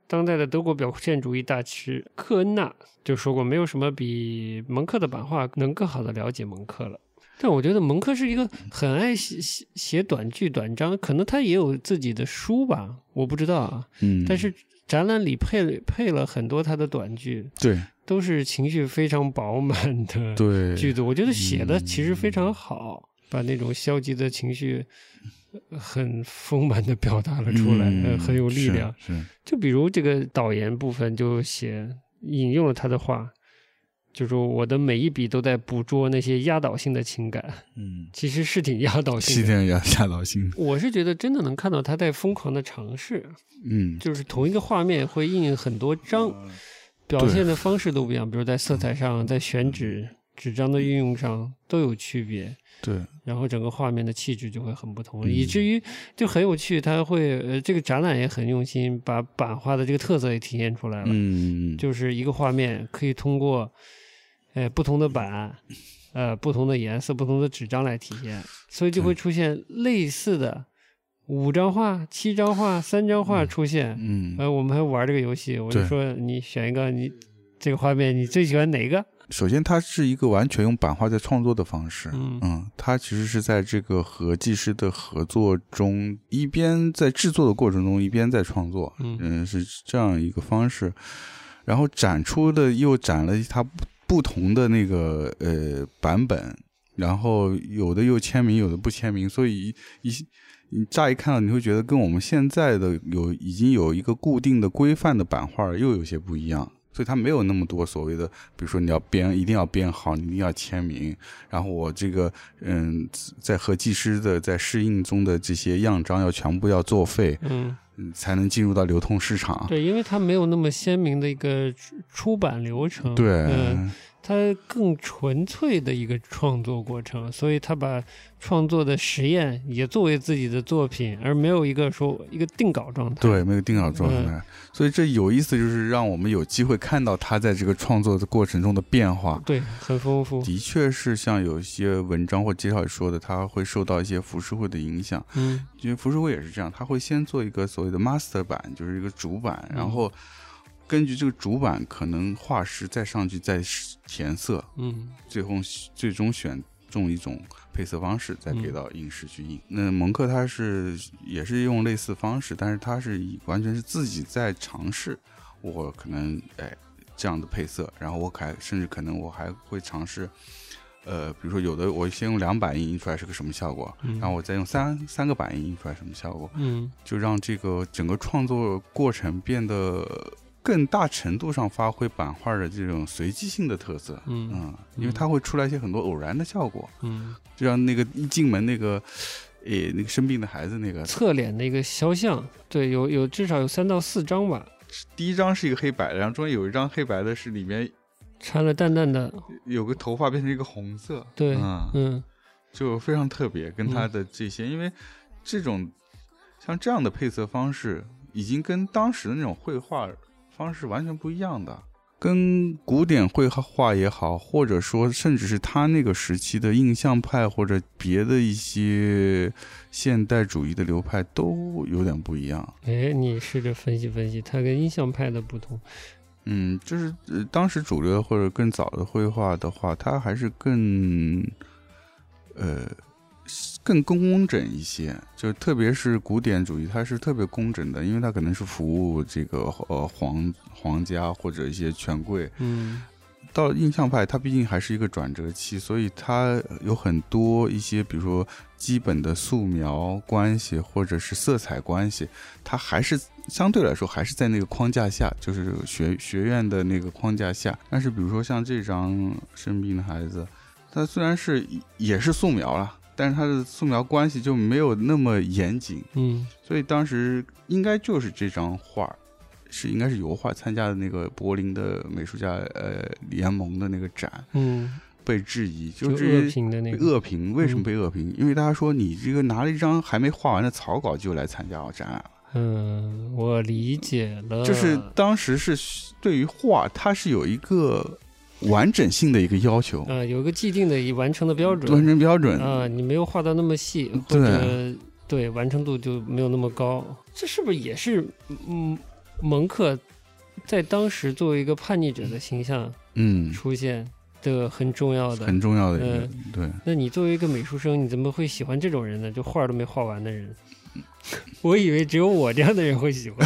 Speaker 2: 当代的德国表现主义大师克恩纳就说过，没有什么比蒙克的版画能更好的了解蒙克了。但我觉得蒙克是一个很爱写写写短句、短章，可能他也有自己的书吧，我不知道啊。
Speaker 1: 嗯，
Speaker 2: 但是展览里配配了很多他的短句，
Speaker 1: 对
Speaker 2: 都是情绪非常饱满的
Speaker 1: 对
Speaker 2: 句子。我觉得写的
Speaker 1: 嗯
Speaker 2: 其实非常好，把那种消极的情绪呃很丰满的表达了出来，呃
Speaker 1: 嗯
Speaker 2: 很有力
Speaker 1: 是
Speaker 2: 量。
Speaker 1: 是
Speaker 2: 就比如这个导言部分就写引用了他的话，就说我的每一笔都在捕捉那些压倒性的情感，
Speaker 1: 嗯，
Speaker 2: 其实是挺压倒
Speaker 1: 西
Speaker 2: 性的。
Speaker 1: 天压下老心，
Speaker 2: 我是觉得真的能看到他在疯狂的尝试，
Speaker 1: 嗯，
Speaker 2: 就是同一个画面会印很多张，表现的方式都不一样，比如在色彩上，在选址、纸张的运用上都有区别。
Speaker 1: 对，
Speaker 2: 然后整个画面的气质就会很不同，
Speaker 1: 嗯
Speaker 2: 以至于就很有趣。它会呃，这个展览也很用心，把版画的这个特色也体现出来了。
Speaker 1: 嗯，
Speaker 2: 就是一个画面可以通过，呃，不同的版，呃，不同的颜色、不同的纸张来体现，所以就会出现类似的五张画、七张画、三张画出现。
Speaker 1: 嗯，
Speaker 2: 呃，我们还玩这个游戏，我就
Speaker 1: 对
Speaker 2: 说你选一个，你这个画面你最喜欢哪个？
Speaker 1: 首先它是一个完全用版画在创作的方式，
Speaker 2: 嗯
Speaker 1: 嗯，他其实是在这个和技师的合作中，一边在制作的过程中，一边在创作，
Speaker 2: 嗯
Speaker 1: 嗯，是这样一个方式。然后展出的又展了他不不同的那个呃版本，然后有的又签名，有的不签名，所以一一你乍一看到你会觉得跟我们现在的有已经有一个固定的规范的版画又有些不一样。所以它没有那么多所谓的，比如说你要编，一定要编好，你一定要签名，然后我这个嗯，在和技师的在适应中的这些样章要全部要作废，
Speaker 2: 嗯，
Speaker 1: 嗯才能进入到流通市场。
Speaker 2: 对，因为它没有那么鲜明的一个出出版流程，
Speaker 1: 对，
Speaker 2: 嗯、它更纯粹的一个创作过程，所以他把创作的实验也作为自己的作品，而没有一个说一个定稿状态。
Speaker 1: 对，没有定好状态。
Speaker 2: 嗯
Speaker 1: 所以这有意思，就是让我们有机会看到他在这个创作的过程中的变化。
Speaker 2: 对，很丰富。
Speaker 1: 的确是像有一些文章或介绍里说的，他会受到一些浮世绘的影响，
Speaker 2: 嗯
Speaker 1: 因为浮世绘也是这样，他会先做一个所谓的 master 版，就是一个主版，
Speaker 2: 嗯
Speaker 1: 然后根据这个主版，可能画师再上去再填色，
Speaker 2: 嗯
Speaker 1: 最后最终选中一种配色方式，再给
Speaker 2: 嗯
Speaker 1: 到影视去印。那蒙克他是也是用类似方式，但是他是以完全是自己在尝试。我可能哎这样的配色，然后我还甚至可能我还会尝试，呃，比如说有的我先用两版印印出来是个什么效果，
Speaker 2: 嗯，
Speaker 1: 然后我再用三三个版印印出来什么效果，
Speaker 2: 嗯
Speaker 1: 就让这个整个创作过程变得更大程度上发挥版画的这种随机性的特色。
Speaker 2: 嗯
Speaker 1: 嗯，因为它会出来一些很多偶然的效果，
Speaker 2: 嗯，
Speaker 1: 就像那个一进门那个，诶，那个生病的孩子那个，
Speaker 2: 侧脸的一个肖像，对，有有至少有三到四张吧，
Speaker 1: 第一张是一个黑白的，然后中间有一张黑白的是里面
Speaker 2: 掺了淡淡的，
Speaker 1: 有个头发变成一个红色，
Speaker 2: 对，
Speaker 1: 嗯，
Speaker 2: 嗯
Speaker 1: 就非常特别，跟他的这些，因为这种像这样的配色方式。已经跟当时的那种绘画方式完全不一样的，跟古典绘画也好，或者说甚至是他那个时期的印象派或者别的一些现代主义的流派都有点不一样。
Speaker 2: 哎，你试着分析分析它跟印象派的不同。
Speaker 1: 嗯，就是、呃、当时主流的或者更早的绘画的话，它还是更，呃，更工整一些。就特别是古典主义，它是特别工整的，因为它可能是服务这个呃皇皇家或者一些权贵。
Speaker 2: 嗯
Speaker 1: 到印象派，它毕竟还是一个转折期，所以它有很多一些，比如说基本的素描关系或者是色彩关系，它还是相对来说还是在那个框架下，就是学学院的那个框架下。但是比如说像这张《生病的孩子》，它虽然是也是素描了，但是它的素描关系就没有那么严谨，
Speaker 2: 嗯
Speaker 1: 所以当时应该就是这张画儿，是应该是油画参加的那个柏林的美术家呃联盟的那个展
Speaker 2: 嗯，
Speaker 1: 被质疑，
Speaker 2: 就
Speaker 1: 就至
Speaker 2: 恶
Speaker 1: 于
Speaker 2: 评的那
Speaker 1: 被
Speaker 2: 个。嗯
Speaker 1: 恶评，为什么被恶评？因为大家说你这个拿了一张还没画完的草稿就来参加展览了，
Speaker 2: 嗯，我理解了。
Speaker 1: 就是当时是对于画它是有一个完整性的一个要求，
Speaker 2: 呃，有个既定的已完成的标
Speaker 1: 完
Speaker 2: 准
Speaker 1: 成标准，
Speaker 2: 啊、你没有画到那么细，或
Speaker 1: 对
Speaker 2: 者对完成度就没有那么高。这是不是也是嗯蒙克在当时作为一个叛逆者的形象
Speaker 1: 嗯，
Speaker 2: 出现的很重要的？
Speaker 1: 很重要的一个、对。
Speaker 2: 那你作为一个美术生，你怎么会喜欢这种人呢？就画儿都没画完的人， 我以为只有我这样的人会喜欢，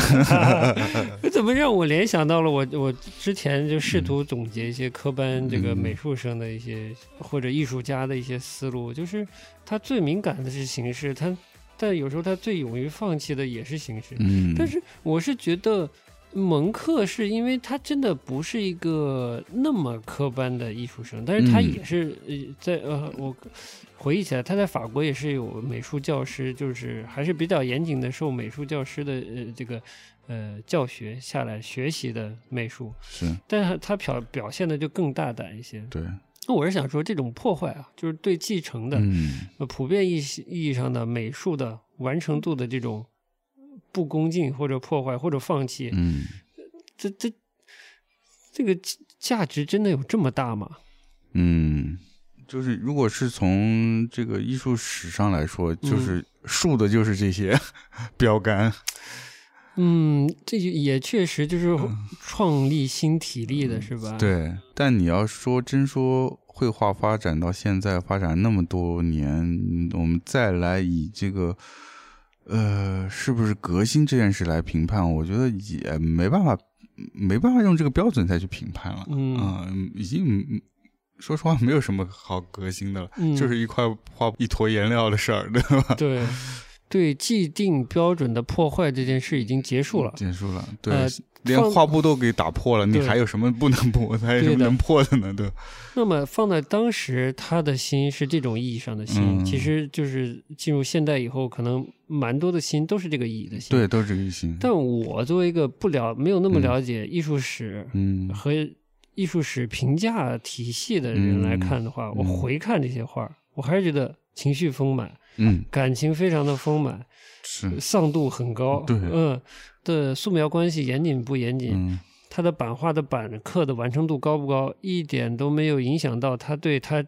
Speaker 2: 怎么让我联想到了我我之前就试图总结一些科班这个
Speaker 1: 嗯
Speaker 2: 美术生的一些、或者艺术家的一些思路，就是他最敏感的是形式，他但有时候他最勇于放弃的也是形式。
Speaker 1: 嗯，
Speaker 2: 但是我是觉得蒙克是因为他真的不是一个那么科班的艺术生，但是他
Speaker 1: 嗯
Speaker 2: 也是呃在呃，我回忆起来，他在法国也是有美术教师，就是还是比较严谨的，受美术教师的呃这个呃教学下来学习的美术，
Speaker 1: 是
Speaker 2: 但是他表表现的就更大胆一些。
Speaker 1: 对，
Speaker 2: 那我是想说，这种破坏啊，就是对继承的，
Speaker 1: 嗯
Speaker 2: 呃，普遍意识意义上的美术的完成度的这种不恭敬或者破坏或者放弃，
Speaker 1: 嗯，
Speaker 2: 这这这个价价值真的有这么大吗？
Speaker 1: 嗯，就是如果是从这个艺术史上来说，就是竖的就是这些 标杆。
Speaker 2: 嗯，这就也确实就是创立新体力的是吧？，
Speaker 1: 嗯对，嗯但你要说真说绘画发展到现在发展那么多年，我们再来以这个。呃，是不是革新这件事来评判？我觉得也没办法，没办法用这个标准再去评判了。
Speaker 2: 嗯
Speaker 1: 啊、已经说实话没有什么好革新的了，
Speaker 2: 嗯，
Speaker 1: 就是一块画一坨颜料的事儿，对吧？
Speaker 2: 对对既定标准的破坏这件事已经结束了。
Speaker 1: 结束了，对，
Speaker 2: 呃
Speaker 1: 连
Speaker 2: 放
Speaker 1: 画布都给打破了，你
Speaker 2: 对
Speaker 1: 还有什么不能破？还有什
Speaker 2: 对
Speaker 1: 么
Speaker 2: 的
Speaker 1: 能破的呢？对吧，
Speaker 2: 那么放在当时，他的心是这种意义上的心，
Speaker 1: 嗯
Speaker 2: 其实就是进入现代以后，可能蛮多的心都是这个意义的心。
Speaker 1: 对，都是这个心。
Speaker 2: 但我作为一个不了没有那么了解艺术史
Speaker 1: 嗯
Speaker 2: 和艺术史评价体系的
Speaker 1: 嗯
Speaker 2: 人来看的话，我回看这些画儿，我还是觉得情绪丰满，
Speaker 1: 嗯，
Speaker 2: 感情非常的丰满，
Speaker 1: 是，
Speaker 2: 上度很高。
Speaker 1: 对
Speaker 2: 嗯，的素描关系严谨不严谨，
Speaker 1: 嗯
Speaker 2: 它的版画的版刻的完成度高不高，一点都没有影响到他对他。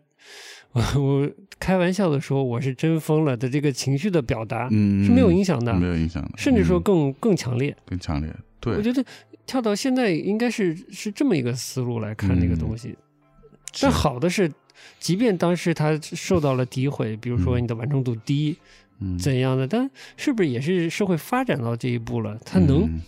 Speaker 2: 我我开玩笑的说我是真疯了的这个情绪的表达、
Speaker 1: 嗯
Speaker 2: 是没有影响的，
Speaker 1: 没有影响的，
Speaker 2: 甚至说
Speaker 1: 嗯
Speaker 2: 更、更强烈。
Speaker 1: 更强烈。
Speaker 2: 我
Speaker 1: 对，
Speaker 2: 觉得跳到现在应该是是这么一个思路来看这个东西。但
Speaker 1: 嗯是
Speaker 2: 好的是，即便当时他受到了诋毁，比如说
Speaker 1: 嗯
Speaker 2: 你的完成度低、
Speaker 1: 嗯
Speaker 2: 怎样的，但是不是也是社会发展到这一步了，他能
Speaker 1: 嗯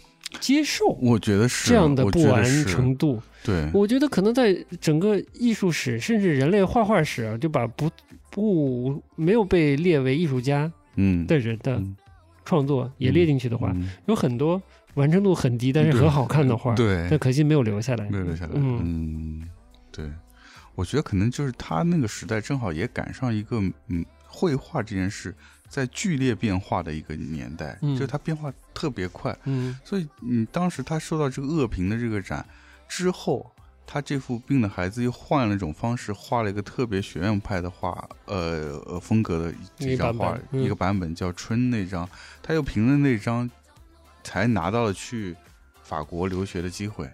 Speaker 2: 接受
Speaker 1: 我觉得是
Speaker 2: 这样的
Speaker 1: 我
Speaker 2: 不
Speaker 1: 觉得
Speaker 2: 完
Speaker 1: 是嗯
Speaker 2: 成度？
Speaker 1: 对，
Speaker 2: 我觉得可能在整个艺术史，甚至人类画画史啊，就把不不没有被列为艺术家
Speaker 1: 嗯，
Speaker 2: 的人的
Speaker 1: 嗯
Speaker 2: 创作也列进去的话，
Speaker 1: 嗯
Speaker 2: 有很多完成度很低但是
Speaker 1: 对
Speaker 2: 很好看的画，
Speaker 1: 对
Speaker 2: 但可惜没有留下来。
Speaker 1: 哎没有留下来。
Speaker 2: 嗯
Speaker 1: 嗯，对，我觉得可能就是他那个时代正好也赶上一个嗯，绘画这件事在剧烈变化的一个年代，
Speaker 2: 嗯
Speaker 1: 就是它变化特别快，
Speaker 2: 嗯
Speaker 1: 所以你当时他受到这个恶评的这个展之后。他这副病的孩子又换了一种方式，画了一个特别学院派的画，呃呃风格的一
Speaker 2: 一个
Speaker 1: 张
Speaker 2: 版
Speaker 1: 画
Speaker 2: 本，嗯
Speaker 1: 一个版本叫《春》那张，他又评论那张才拿到了去法国留学的机会。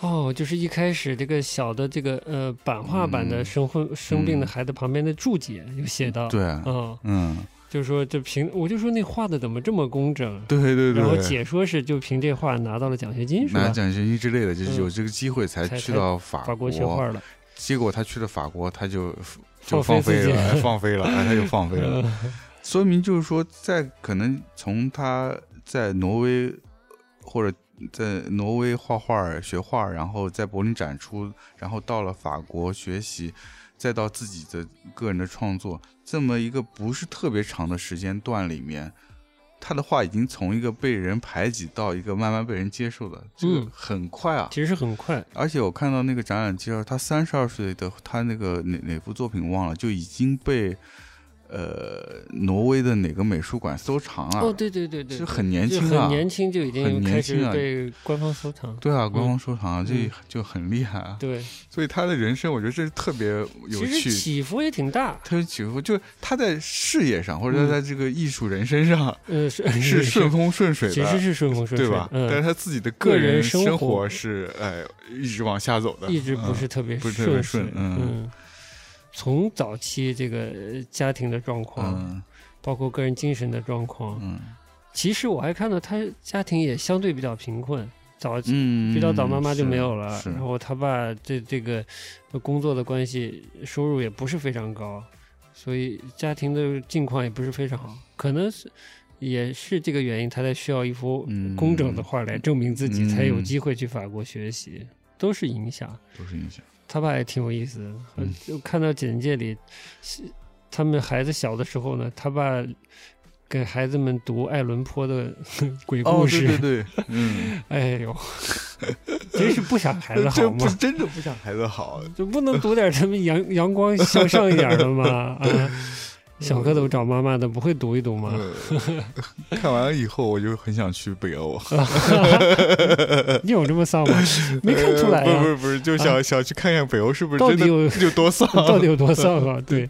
Speaker 2: 哦，就是一开始这个小的这个呃版画版的
Speaker 1: 嗯
Speaker 2: 生婚生病
Speaker 1: 嗯
Speaker 2: 的孩子旁边的注解有写到，
Speaker 1: 对，
Speaker 2: 嗯，
Speaker 1: 嗯，
Speaker 2: 就是说这凭我就说那画的怎么这么工整，
Speaker 1: 对对
Speaker 2: 然后
Speaker 1: 对，
Speaker 2: 解说是就凭这画拿到了奖学金是
Speaker 1: 拿
Speaker 2: 吧？
Speaker 1: 奖学金之类的，就是
Speaker 2: 嗯
Speaker 1: 有这个机会才
Speaker 2: 才
Speaker 1: 去
Speaker 2: 才
Speaker 1: 到法
Speaker 2: 法国学画了，
Speaker 1: 结果他去了法国，他就就
Speaker 2: 放
Speaker 1: 放
Speaker 2: 飞
Speaker 1: 飞
Speaker 2: 自己
Speaker 1: 了， 哎放飞了，哎他就放飞了。
Speaker 2: 嗯
Speaker 1: 说明就是说，在可能从他在挪威或者在挪威画画学画，然后在柏林展出，然后到了法国学习，再到自己的个人的创作，这么一个不是特别长的时间段里面，他的画已经从一个被人排挤到一个慢慢被人接受的，这个
Speaker 2: 嗯
Speaker 1: 很快啊。
Speaker 2: 其实很快，
Speaker 1: 而且我看到那个展览介绍，他三十二岁的他那个哪哪部作品忘了，就已经被呃挪威的哪个美术馆收藏了。
Speaker 2: 哦，对对对对，
Speaker 1: 就啊很年轻啊
Speaker 2: 就很年轻就已经
Speaker 1: 很
Speaker 2: 开
Speaker 1: 年
Speaker 2: 始
Speaker 1: 轻啊
Speaker 2: 被官方收藏，
Speaker 1: 对啊，官方收藏、
Speaker 2: 嗯
Speaker 1: 这就很厉害啊。
Speaker 2: 对，
Speaker 1: 所以他的人生，我觉得这是特别有
Speaker 2: 其实
Speaker 1: 趣。
Speaker 2: 起伏也挺大，
Speaker 1: 特别起伏，就是他在事业上，或者他在这个艺术人生上、
Speaker 2: 呃，嗯是
Speaker 1: 是顺风顺水的，
Speaker 2: 其实是顺风顺水，
Speaker 1: 对吧？但是
Speaker 2: 嗯，
Speaker 1: 他自己的
Speaker 2: 个人
Speaker 1: 人
Speaker 2: 生
Speaker 1: 生
Speaker 2: 活
Speaker 1: 活是哎一直往下走的，
Speaker 2: 一直不
Speaker 1: 嗯
Speaker 2: 是特别
Speaker 1: 不是特别
Speaker 2: 水
Speaker 1: 顺嗯
Speaker 2: 嗯，从早期这个呃家庭的状况，
Speaker 1: 嗯
Speaker 2: 包括个人精神的状况，
Speaker 1: 嗯
Speaker 2: 其实我还看到他家庭也相对比较贫困，早期。
Speaker 1: 嗯，
Speaker 2: 比较早，妈妈
Speaker 1: 是
Speaker 2: 就没有了。
Speaker 1: 是
Speaker 2: 然后他爸这这个呃工作的关系，收入也不是非常高，所以家庭的境况也不是非常好。可能是也是这个原因，他才需要一幅
Speaker 1: 嗯
Speaker 2: 工整的画来证明自己，
Speaker 1: 嗯
Speaker 2: 才有机会去法国学习，都是影响。
Speaker 1: 都是影响。
Speaker 2: 他爸也挺有意思的，呃
Speaker 1: 嗯
Speaker 2: 就看到简介里，是他们孩子小的时候呢，他爸给孩子们读爱伦坡的鬼故事。
Speaker 1: 哦、对对对，嗯，
Speaker 2: 哎呦， 真是不想孩子好
Speaker 1: 这不
Speaker 2: 吗？
Speaker 1: 真的不像孩子好，
Speaker 2: 就不能读点他们阳阳光向上一点 的吗？
Speaker 1: 嗯
Speaker 2: 啊，小蝌蚪找妈妈的不会读一读吗？
Speaker 1: 呃看完了以后，我就很想去北欧。
Speaker 2: 你有这么丧吗？ 没看出来
Speaker 1: 嗯 呃不
Speaker 2: 呀、
Speaker 1: 是不是，就想想去看看北欧是不是
Speaker 2: 到
Speaker 1: 真
Speaker 2: 底
Speaker 1: 的
Speaker 2: 有。
Speaker 1: 有多丧
Speaker 2: 到底有多 丧啊？对，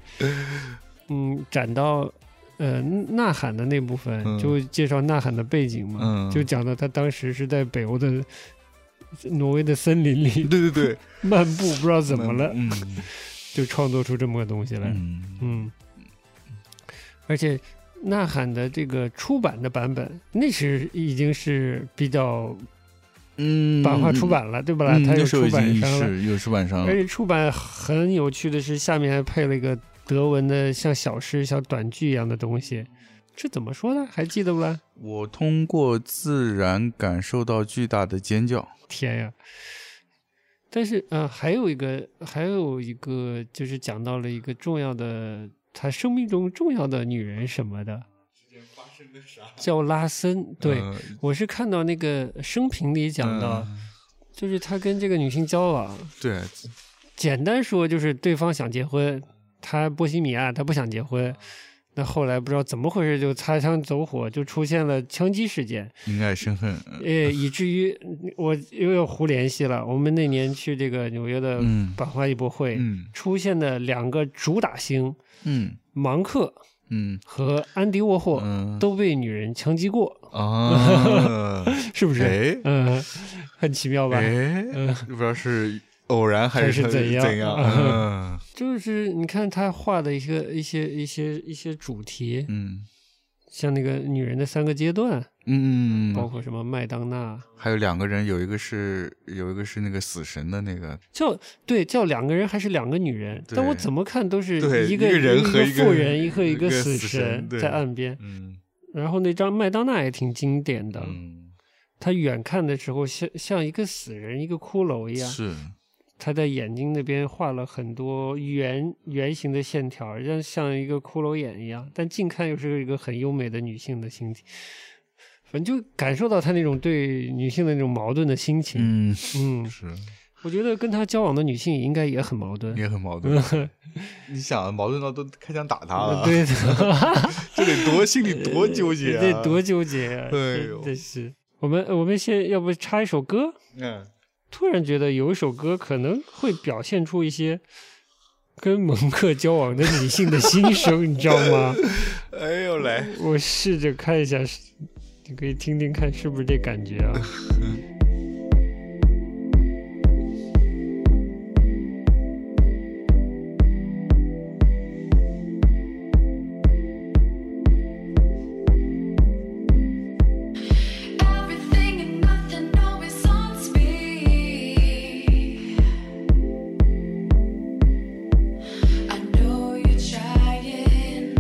Speaker 2: 嗯，展到呃呐喊的那部分，
Speaker 1: 嗯
Speaker 2: 就介绍呐喊的背景嘛，
Speaker 1: 嗯
Speaker 2: 就讲到他当时是在北欧的呃挪威的森林里
Speaker 1: 对对对，
Speaker 2: 漫步，不知道怎么了，
Speaker 1: 嗯
Speaker 2: 就创作出这么个东西来。
Speaker 1: 嗯
Speaker 2: 嗯，而且《呐喊》的这个出版的版本，那时已经是比较
Speaker 1: 嗯
Speaker 2: 版画出版了，对吧？啦？
Speaker 1: 嗯
Speaker 2: 它有
Speaker 1: 那时候
Speaker 2: 出
Speaker 1: 已
Speaker 2: 版
Speaker 1: 经
Speaker 2: 商了，哎
Speaker 1: 是有出版商
Speaker 2: 而
Speaker 1: 了。
Speaker 2: 且出版很有趣的是，下面还配了一个德文的像小诗、像短句一样的东西。这怎么说呢？还记得不啦？
Speaker 1: 我通过自然感受到巨大的尖叫。
Speaker 2: 天呀！但是，呃，还有一个，还有一个，就是讲到了一个重要的，他生命中重要的女人什么的，叫拉森。对，
Speaker 1: 嗯
Speaker 2: 我是看到那个生平里讲到，
Speaker 1: 嗯
Speaker 2: 就是他跟这个女性交往，
Speaker 1: 对，
Speaker 2: 简单说就是对方想结婚，他波西米亚他不想结婚，那后来不知道怎么回事就擦枪走火，就出现了枪击事件，
Speaker 1: 因爱生恨。嗯
Speaker 2: 呃，以至于我又要胡联系了。我们那年去这个纽约的
Speaker 1: 嗯
Speaker 2: 版画艺博会，
Speaker 1: 嗯
Speaker 2: 出现的两个主打星
Speaker 1: 嗯
Speaker 2: 芒克
Speaker 1: 嗯
Speaker 2: 和安迪沃霍。
Speaker 1: 嗯
Speaker 2: 都被女人枪击过，
Speaker 1: 啊，
Speaker 2: 是不是？
Speaker 1: 哎
Speaker 2: 嗯，很奇妙吧？
Speaker 1: 哎，
Speaker 2: 嗯
Speaker 1: 不知道是偶然还
Speaker 2: 还是
Speaker 1: 是
Speaker 2: 怎样
Speaker 1: 怎 样？
Speaker 2: 就是你看他画的一个一些一些一些主题，
Speaker 1: 嗯
Speaker 2: 像那个女人的三个阶段，
Speaker 1: 嗯
Speaker 2: 包
Speaker 1: 嗯，
Speaker 2: 括什么麦当娜，
Speaker 1: 还有两个人，有一个是有一个是那个死神的那个，
Speaker 2: 叫对叫两个人还是两个女人，
Speaker 1: 对
Speaker 2: 但我怎么看都是
Speaker 1: 对
Speaker 2: 个
Speaker 1: 一个人和
Speaker 2: 一
Speaker 1: 一个
Speaker 2: 妇人，一个
Speaker 1: 一
Speaker 2: 个
Speaker 1: 个
Speaker 2: 死
Speaker 1: 死神对
Speaker 2: 在岸边。
Speaker 1: 嗯
Speaker 2: 然后那张麦当娜也挺经典的，
Speaker 1: 嗯，
Speaker 2: 他远看的时候像像一个死人，一个骷髅一样。
Speaker 1: 是
Speaker 2: 他在眼睛那边画了很多圆圆形的线条，像像一个骷髅眼一样，但近看又是一个很优美的女性的形体。反正就感受到他那种对女性的那种矛盾的心情。
Speaker 1: 嗯
Speaker 2: 嗯
Speaker 1: 是
Speaker 2: 我觉得跟他交往的女性应该也很矛盾。
Speaker 1: 也很矛盾。啊 你想矛盾到都开枪打他了，
Speaker 2: 呃对的，
Speaker 1: 这得多心里多纠结啊！
Speaker 2: 这多纠结啊！
Speaker 1: 哎
Speaker 2: 真
Speaker 1: 呦
Speaker 2: 的是。我们我们先要不插一首歌？
Speaker 1: 嗯，
Speaker 2: 突然觉得有一首歌可能会表现出一些跟蒙克交往的女性的心声，你知道吗？
Speaker 1: 哎呦来，
Speaker 2: 我试着看一下是你可以听听看是不是这感觉 啊？
Speaker 3: Everything and nothing always haunts me. I know you're trying.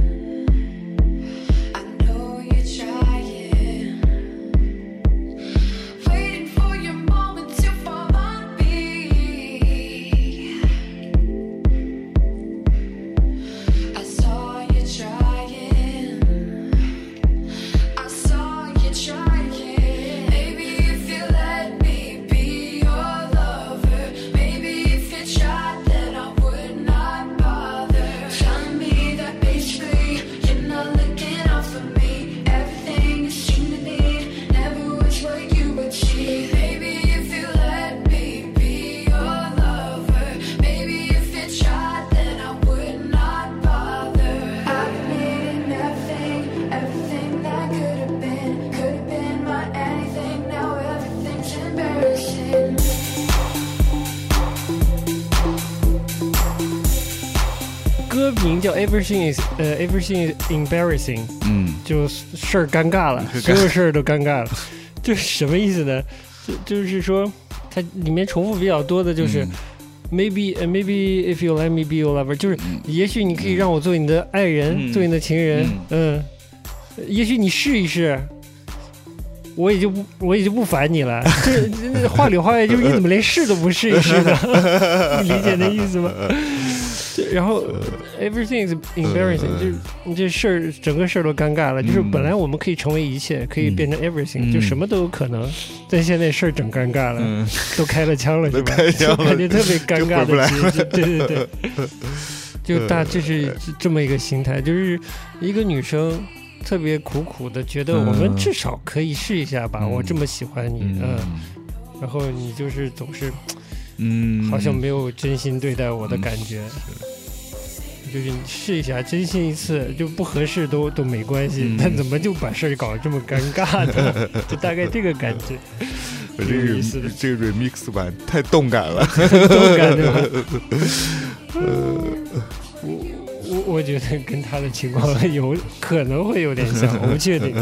Speaker 3: I know you're trying. Waiting for your moment to fall on me. I saw you trying. I saw you trying. Maybe if you let me be your lover, maybe if you tried, then I would not bother. Tell me that basically you're not looking out for me. Everything you seem to need never was what you achieved. Maybe if you let me be your lover, maybe if you tried, then I would not bother. I've needed nothing, everything that could have been, could have been my anything. Now everything's embarrassing.
Speaker 2: 歌名叫 Everything is 呃 Everything is embarrassing，
Speaker 1: 嗯，
Speaker 2: 就是事儿 尴尬了，所有事儿都尴尬了， 就是什么意思呢？就就是说，它里面重复比较多的就是、maybe、呃 maybe if you let me be your lover，就是
Speaker 1: 嗯
Speaker 2: 也许你可以让我做你的爱人，
Speaker 1: 嗯
Speaker 2: 做你的情人，嗯，也许你试一试。我也就不，我也就不烦你了。 这这话里话外就是你 怎么连试都不试一试呢？你 理解那意 思吗？
Speaker 1: 嗯
Speaker 2: 这然后 everything is embarrassing，、
Speaker 1: 呃
Speaker 2: 就是你这事儿整个事儿都尴尬了。就是
Speaker 1: 嗯
Speaker 2: 本来我们可以成为一切，可以变成 everything，、
Speaker 1: 嗯
Speaker 2: 就什么都有可能，但现在事儿整尴尬了。
Speaker 1: 嗯，
Speaker 2: 都开了枪了，是
Speaker 1: 都
Speaker 2: 吧？
Speaker 1: 开枪了
Speaker 2: 就感觉特别尴尬
Speaker 1: 就回不来嗯
Speaker 2: 的结局。对对 对，就大就是这么一个心态，就是一个女生特别苦苦的觉得
Speaker 1: 嗯
Speaker 2: 我们至少可以试一下吧，
Speaker 1: 嗯
Speaker 2: 我这么喜欢你，嗯，然后你就是总是
Speaker 1: 嗯，
Speaker 2: 好像没有真心对待我的感觉。就是你试一下，真心一次就不合适都都没关系，
Speaker 1: 嗯
Speaker 2: 但怎么就把事儿搞得这么尴 尬呢？就大概这个感觉，
Speaker 1: 我
Speaker 2: 挺
Speaker 1: 这
Speaker 2: 有
Speaker 1: 个
Speaker 2: 意思的
Speaker 1: rem- 这个 remix 版太动感了，
Speaker 2: 都感觉吧。我我我觉得跟他的情况有可能会有点 像，我不确定。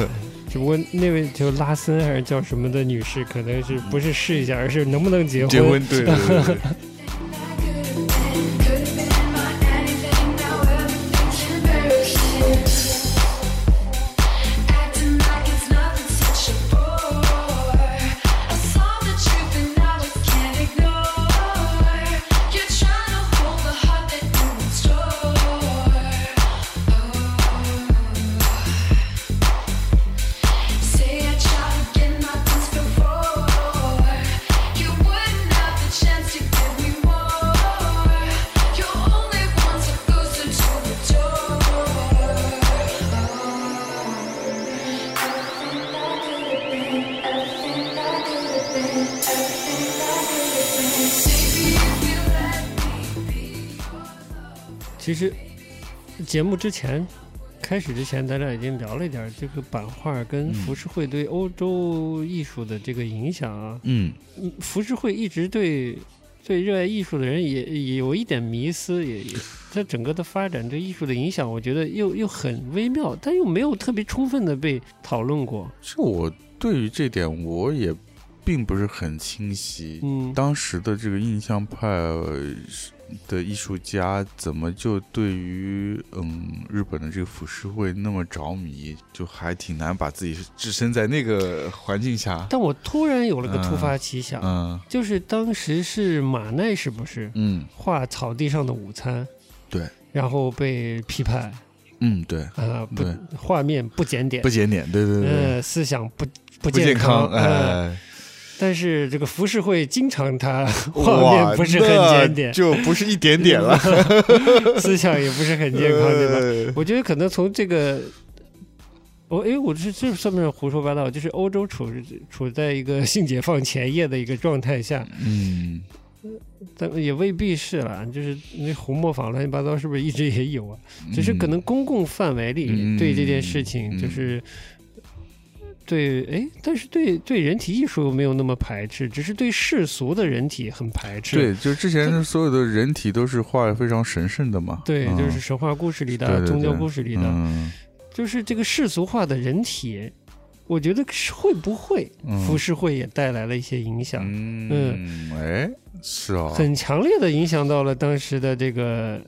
Speaker 2: 只不过那位就拉森还是叫什么的女士，可能是不是试一下，而是能不能结婚？
Speaker 1: 结婚对 对对对，
Speaker 3: Oh. Say I tried to get my things before you wouldn't have the chance to give me more. You're only one to close to the door. Everything I could have been, everything I could have been, everything I could have been. Maybe if you let me be your lover.
Speaker 2: 其实节目之前开始之前，咱俩已经聊了一点儿这个版画跟
Speaker 1: 嗯
Speaker 2: 浮世绘对欧洲艺术的这个影响啊。
Speaker 1: 嗯
Speaker 2: 嗯浮世绘一直对对热爱艺术的人也也有一点迷思，也也它整个的发展对艺术的影响，我觉得又又很微妙，但又没有特别充分的被讨论过。
Speaker 1: 这我对于这点我也并不是很清晰，
Speaker 2: 嗯，
Speaker 1: 当时的这个印象派呃是的艺术家怎么就对于嗯日本的这个浮世绘那么着迷，就还挺难把自己置身在那个环境下。
Speaker 2: 但我突然有了个突发奇想，
Speaker 1: 嗯
Speaker 2: 就是当时是马奈是不是
Speaker 1: 嗯
Speaker 2: 画《草地上的午餐》？
Speaker 1: 对，
Speaker 2: 然后被批判
Speaker 1: 嗯，对，
Speaker 2: 啊、不
Speaker 1: 对，
Speaker 2: 画面不检点
Speaker 1: 不，检点，对对对，
Speaker 2: 嗯，思想不不
Speaker 1: 不健
Speaker 2: 康，嗯
Speaker 1: 哎，
Speaker 2: 但是这个浮世绘经常它 画面不是很检
Speaker 1: 那
Speaker 2: 点，
Speaker 1: 就不是一点点 了， 呃
Speaker 2: 思想也不是很健康，对吧？
Speaker 1: 吧？
Speaker 2: 我觉得可能从这个，我哎，我这这算不算胡说八道？就是欧洲处处在一个性解放前夜的一个状态下，
Speaker 1: 嗯，
Speaker 2: 但也未必是啦。就是那红磨坊乱七八糟，是不是一直也有啊？只是可能公共范围里
Speaker 1: 嗯
Speaker 2: 对这件事情
Speaker 1: 嗯
Speaker 2: 就是。对，哎，但是对对人体艺术没有那么排斥，只是对世俗的人体很排斥。
Speaker 1: 对，就之前所有的人体都是画得非常神圣的嘛，
Speaker 2: 对，
Speaker 1: 嗯
Speaker 2: 就是神话故事里的、
Speaker 1: 对对对
Speaker 2: 宗教故事里的，
Speaker 1: 嗯
Speaker 2: 就是这个世俗化的人体，我觉得是会不会
Speaker 1: 嗯
Speaker 2: 浮世绘也带来了一些影响，
Speaker 1: 嗯，哎，是哦，
Speaker 2: 很强烈的影响到了当时的这个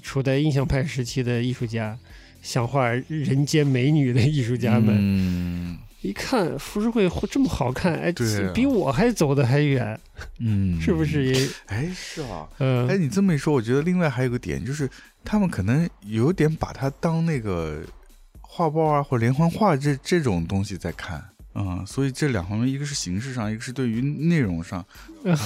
Speaker 2: 处在印象派时期的艺术家，想画人间美女的艺术家们，
Speaker 1: 嗯
Speaker 2: 一看浮世绘这么好看，哎，
Speaker 1: 对啊
Speaker 2: 比我还走得还远，
Speaker 1: 嗯，
Speaker 2: 是不是？ 也？
Speaker 1: 哎，是啊。
Speaker 2: 嗯、
Speaker 1: 哎，你这么一说，我觉得另外还有个点，就是他们可能有点把它当那个画报啊或者连环画这这种东西在看，嗯，所以这两方面，一个是形式上，一个是对于内容上，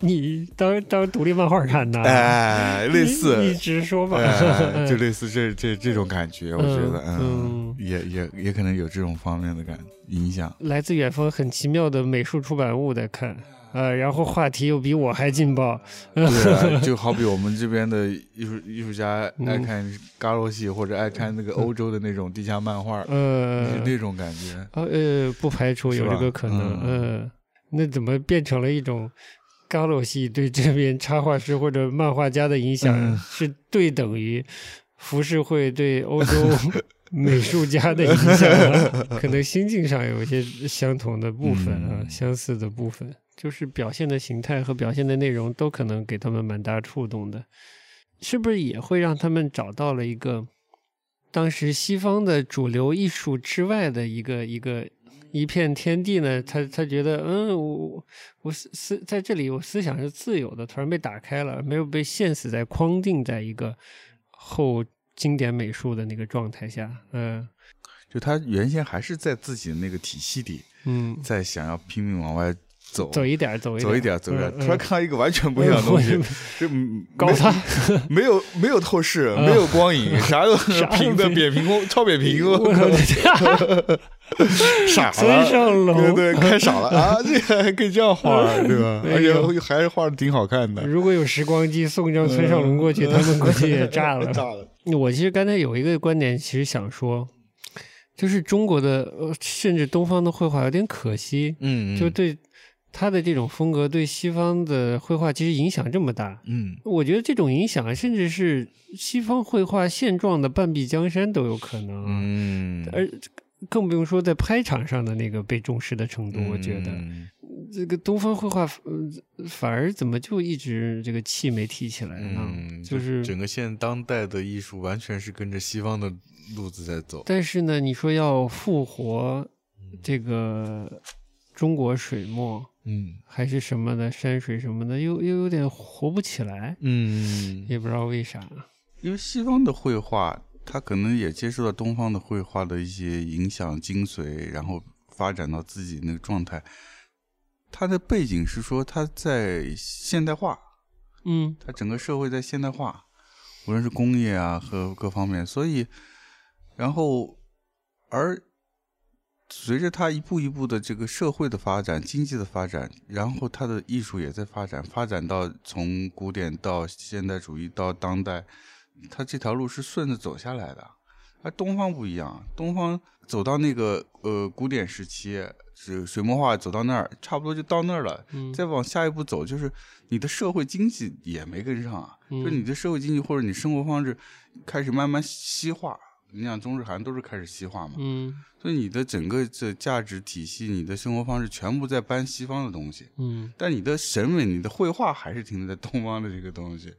Speaker 2: 你当当独立漫画看的，
Speaker 1: 哎，类
Speaker 2: 啊你你
Speaker 1: 似，
Speaker 2: 直说吧，
Speaker 1: 哎，就类似这这这种感觉，我觉得，嗯
Speaker 2: 嗯，
Speaker 1: 也也也可能有这种方面的感影 响，
Speaker 2: 来自远方很奇妙的美术出版物在看，呃，然后话题又比我还劲爆，
Speaker 1: 对啊，就好比我们这边的艺术艺术家
Speaker 2: 嗯
Speaker 1: 爱看嘎洛戏，或者爱看那个欧洲的那种地下漫画，
Speaker 2: 呃
Speaker 1: 是，那种感觉。
Speaker 2: 呃呃，不排除有这个可
Speaker 1: 是吧
Speaker 2: 能，
Speaker 1: 嗯
Speaker 2: 呃，那怎么变成了一种？嘎鲁系对这边插画师或者漫画家的影响
Speaker 1: 嗯
Speaker 2: 是对等于浮世绘对欧 洲美术家的影响啊，可能心境上有一些相同的部分啊，
Speaker 1: 嗯
Speaker 2: 相似的部分，就是表现的形态和表现的内容都可能给他们蛮大触动的，是不是也会让他们找到了一个当时西方的主流艺术之外的一个一个一片天地呢？他他觉得，嗯，我我思思在这里，我思想是自由的，突然被打开了，没有被限死在框定在一个后经典美术的那个状态下，嗯
Speaker 1: 就他原先还是在自己的那个体系里，
Speaker 2: 嗯，
Speaker 1: 在想要拼命往外走，
Speaker 2: 走一点儿，走一
Speaker 1: 走
Speaker 2: 儿
Speaker 1: 一点，走一点，
Speaker 2: 嗯
Speaker 1: 突然看到一个完全不一样的东西
Speaker 2: 嗯，
Speaker 1: 就嗯
Speaker 2: 高
Speaker 1: 没
Speaker 2: 他，
Speaker 1: 没有没有透视，
Speaker 2: 嗯
Speaker 1: 没有光影，啥都是
Speaker 2: 啥都
Speaker 1: 平的，
Speaker 2: 没
Speaker 1: 扁平空，超扁 平，我
Speaker 2: 我
Speaker 1: 靠， 傻
Speaker 2: 村
Speaker 1: 了。
Speaker 2: 上
Speaker 1: 对
Speaker 2: 龙。
Speaker 1: 对，看傻 了啊！这个还可以这样画，对吧？
Speaker 2: 哎
Speaker 1: 而且
Speaker 2: 呦
Speaker 1: 还是画的挺好看的。
Speaker 2: 如果有时光机送一
Speaker 1: 嗯
Speaker 2: 张村上龙过去，他们估计也炸了。
Speaker 1: 炸了！
Speaker 2: 我其实刚才有一个观点，其实想说，就是中国的呃甚至东方的绘画有点可惜，
Speaker 1: 嗯，
Speaker 2: 就对他的这种风格对西方的绘画其实影响这么大。
Speaker 1: 嗯
Speaker 2: 我觉得这种影响甚至是西方绘画现状的半壁江山都有可能，
Speaker 1: 嗯，
Speaker 2: 而更不用说在拍场上的那个被重视的程度。我觉得
Speaker 1: 嗯
Speaker 2: 这个东方绘画，呃反而怎么就一直这个气没提起来呢？
Speaker 1: 嗯，
Speaker 2: 就是
Speaker 1: 整个现当代的艺术完全是跟着西方的路子在走。
Speaker 2: 但是呢，你说要复活这个中国水墨
Speaker 1: 嗯
Speaker 2: 还是什么的山水什么的，又又有点活不起来，
Speaker 1: 嗯，
Speaker 2: 也不知道为啥。
Speaker 1: 因为西方的绘画，它可能也接受到东方的绘画的一些影响精髓，然后发展到自己那个状态。它的背景是说，它在现代化，
Speaker 2: 嗯
Speaker 1: 它整个社会在现代化，无论是工业啊和各方面，所以，然后，而随着它一步一步的这个社会的发展、经济的发展，然后它的艺术也在发展，发展到从古典到现代主义到当代，它这条路是顺着走下来的。而东方不一样，东方走到那个呃古典时期，是水墨画走到那儿，差不多就到那儿了。
Speaker 2: 嗯
Speaker 1: 再往下一步走，就是你的社会经济也没跟上啊，就
Speaker 2: 嗯
Speaker 1: 你的社会经济或者你生活方式开始慢慢西化。你想中日韩都是开始西化嘛，
Speaker 2: 嗯
Speaker 1: 所以你的整个这价值体系、你的生活方式全部在搬西方的东西，
Speaker 2: 嗯
Speaker 1: 但你的审美、你的绘画还是停留在东方的这个东西，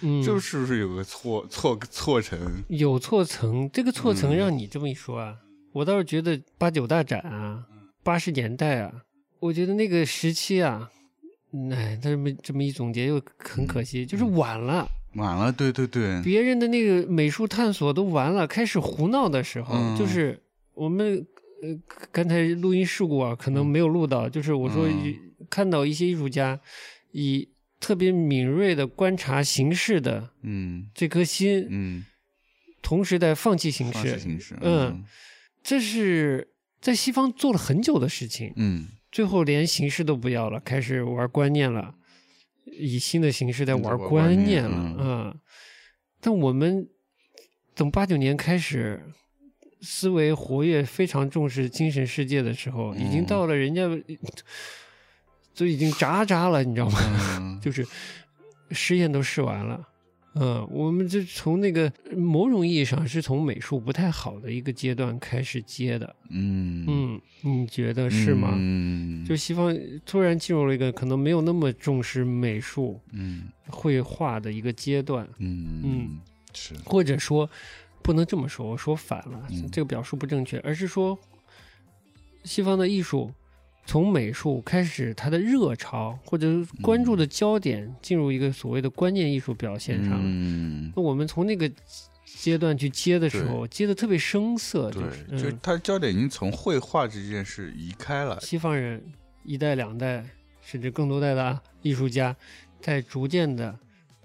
Speaker 2: 嗯，
Speaker 1: 这是不是有个错错错层？
Speaker 2: 有错层，这个错层
Speaker 1: 嗯
Speaker 2: 让你这么一说啊，我倒是觉得八九大展啊，
Speaker 1: 嗯
Speaker 2: 八十年代啊，我觉得那个时期啊，嗯哎，但是没这么一总结又很
Speaker 1: 嗯
Speaker 2: 可惜，就是晚了，
Speaker 1: 晚了，对对对，
Speaker 2: 别人的那个美术探索都完了，开始胡闹的时候，
Speaker 1: 嗯
Speaker 2: 就是我们呃刚才录音事故啊，可能没有录到，就是我说、
Speaker 1: 嗯
Speaker 2: 看到一些艺术家以特别敏锐的观察形式的
Speaker 1: 嗯
Speaker 2: 这颗心，
Speaker 1: 嗯，
Speaker 2: 同时在放弃形
Speaker 1: 方式
Speaker 2: 式，
Speaker 1: 形式，
Speaker 2: 嗯这是在西方做了很久的事情，
Speaker 1: 嗯，
Speaker 2: 最后连形式都不要了，开始玩观念了，以新的形式在嗯玩
Speaker 1: 玩
Speaker 2: 观
Speaker 1: 观
Speaker 2: 念
Speaker 1: 念
Speaker 2: 了
Speaker 1: 嗯
Speaker 2: 啊、但我们从八九年开始，思维活跃、非常重视精神世界的时候，已经
Speaker 1: 嗯
Speaker 2: 到了人家 就已经渣渣了，你知道吗？
Speaker 1: 嗯
Speaker 2: 就是实验都试完了，嗯，我们就从那个某种意义上是从美术不太好的一个阶段开始接的，
Speaker 1: 嗯
Speaker 2: 嗯，你觉得是吗？
Speaker 1: 嗯，
Speaker 2: 就西方突然进入了一个可能没有那么重视美术
Speaker 1: 嗯
Speaker 2: 绘画的一个阶段，
Speaker 1: 嗯
Speaker 2: 嗯
Speaker 1: 是
Speaker 2: 或者说不能这么说，我说反了，
Speaker 1: 嗯
Speaker 2: 这个表述不正确，而是说西方的艺术从美术开始，它的热潮或者是关
Speaker 1: 嗯
Speaker 2: 注的焦点进入一个所谓的观念艺术表现上了。
Speaker 1: 嗯
Speaker 2: 那我们从那个阶段去接的时候，接的特别生涩，
Speaker 1: 对
Speaker 2: 就是，
Speaker 1: 就是
Speaker 2: 嗯、
Speaker 1: 他焦点已经从绘画这件事移开了，
Speaker 2: 西方人一代、两代甚至更多代的啊艺术家，在逐渐的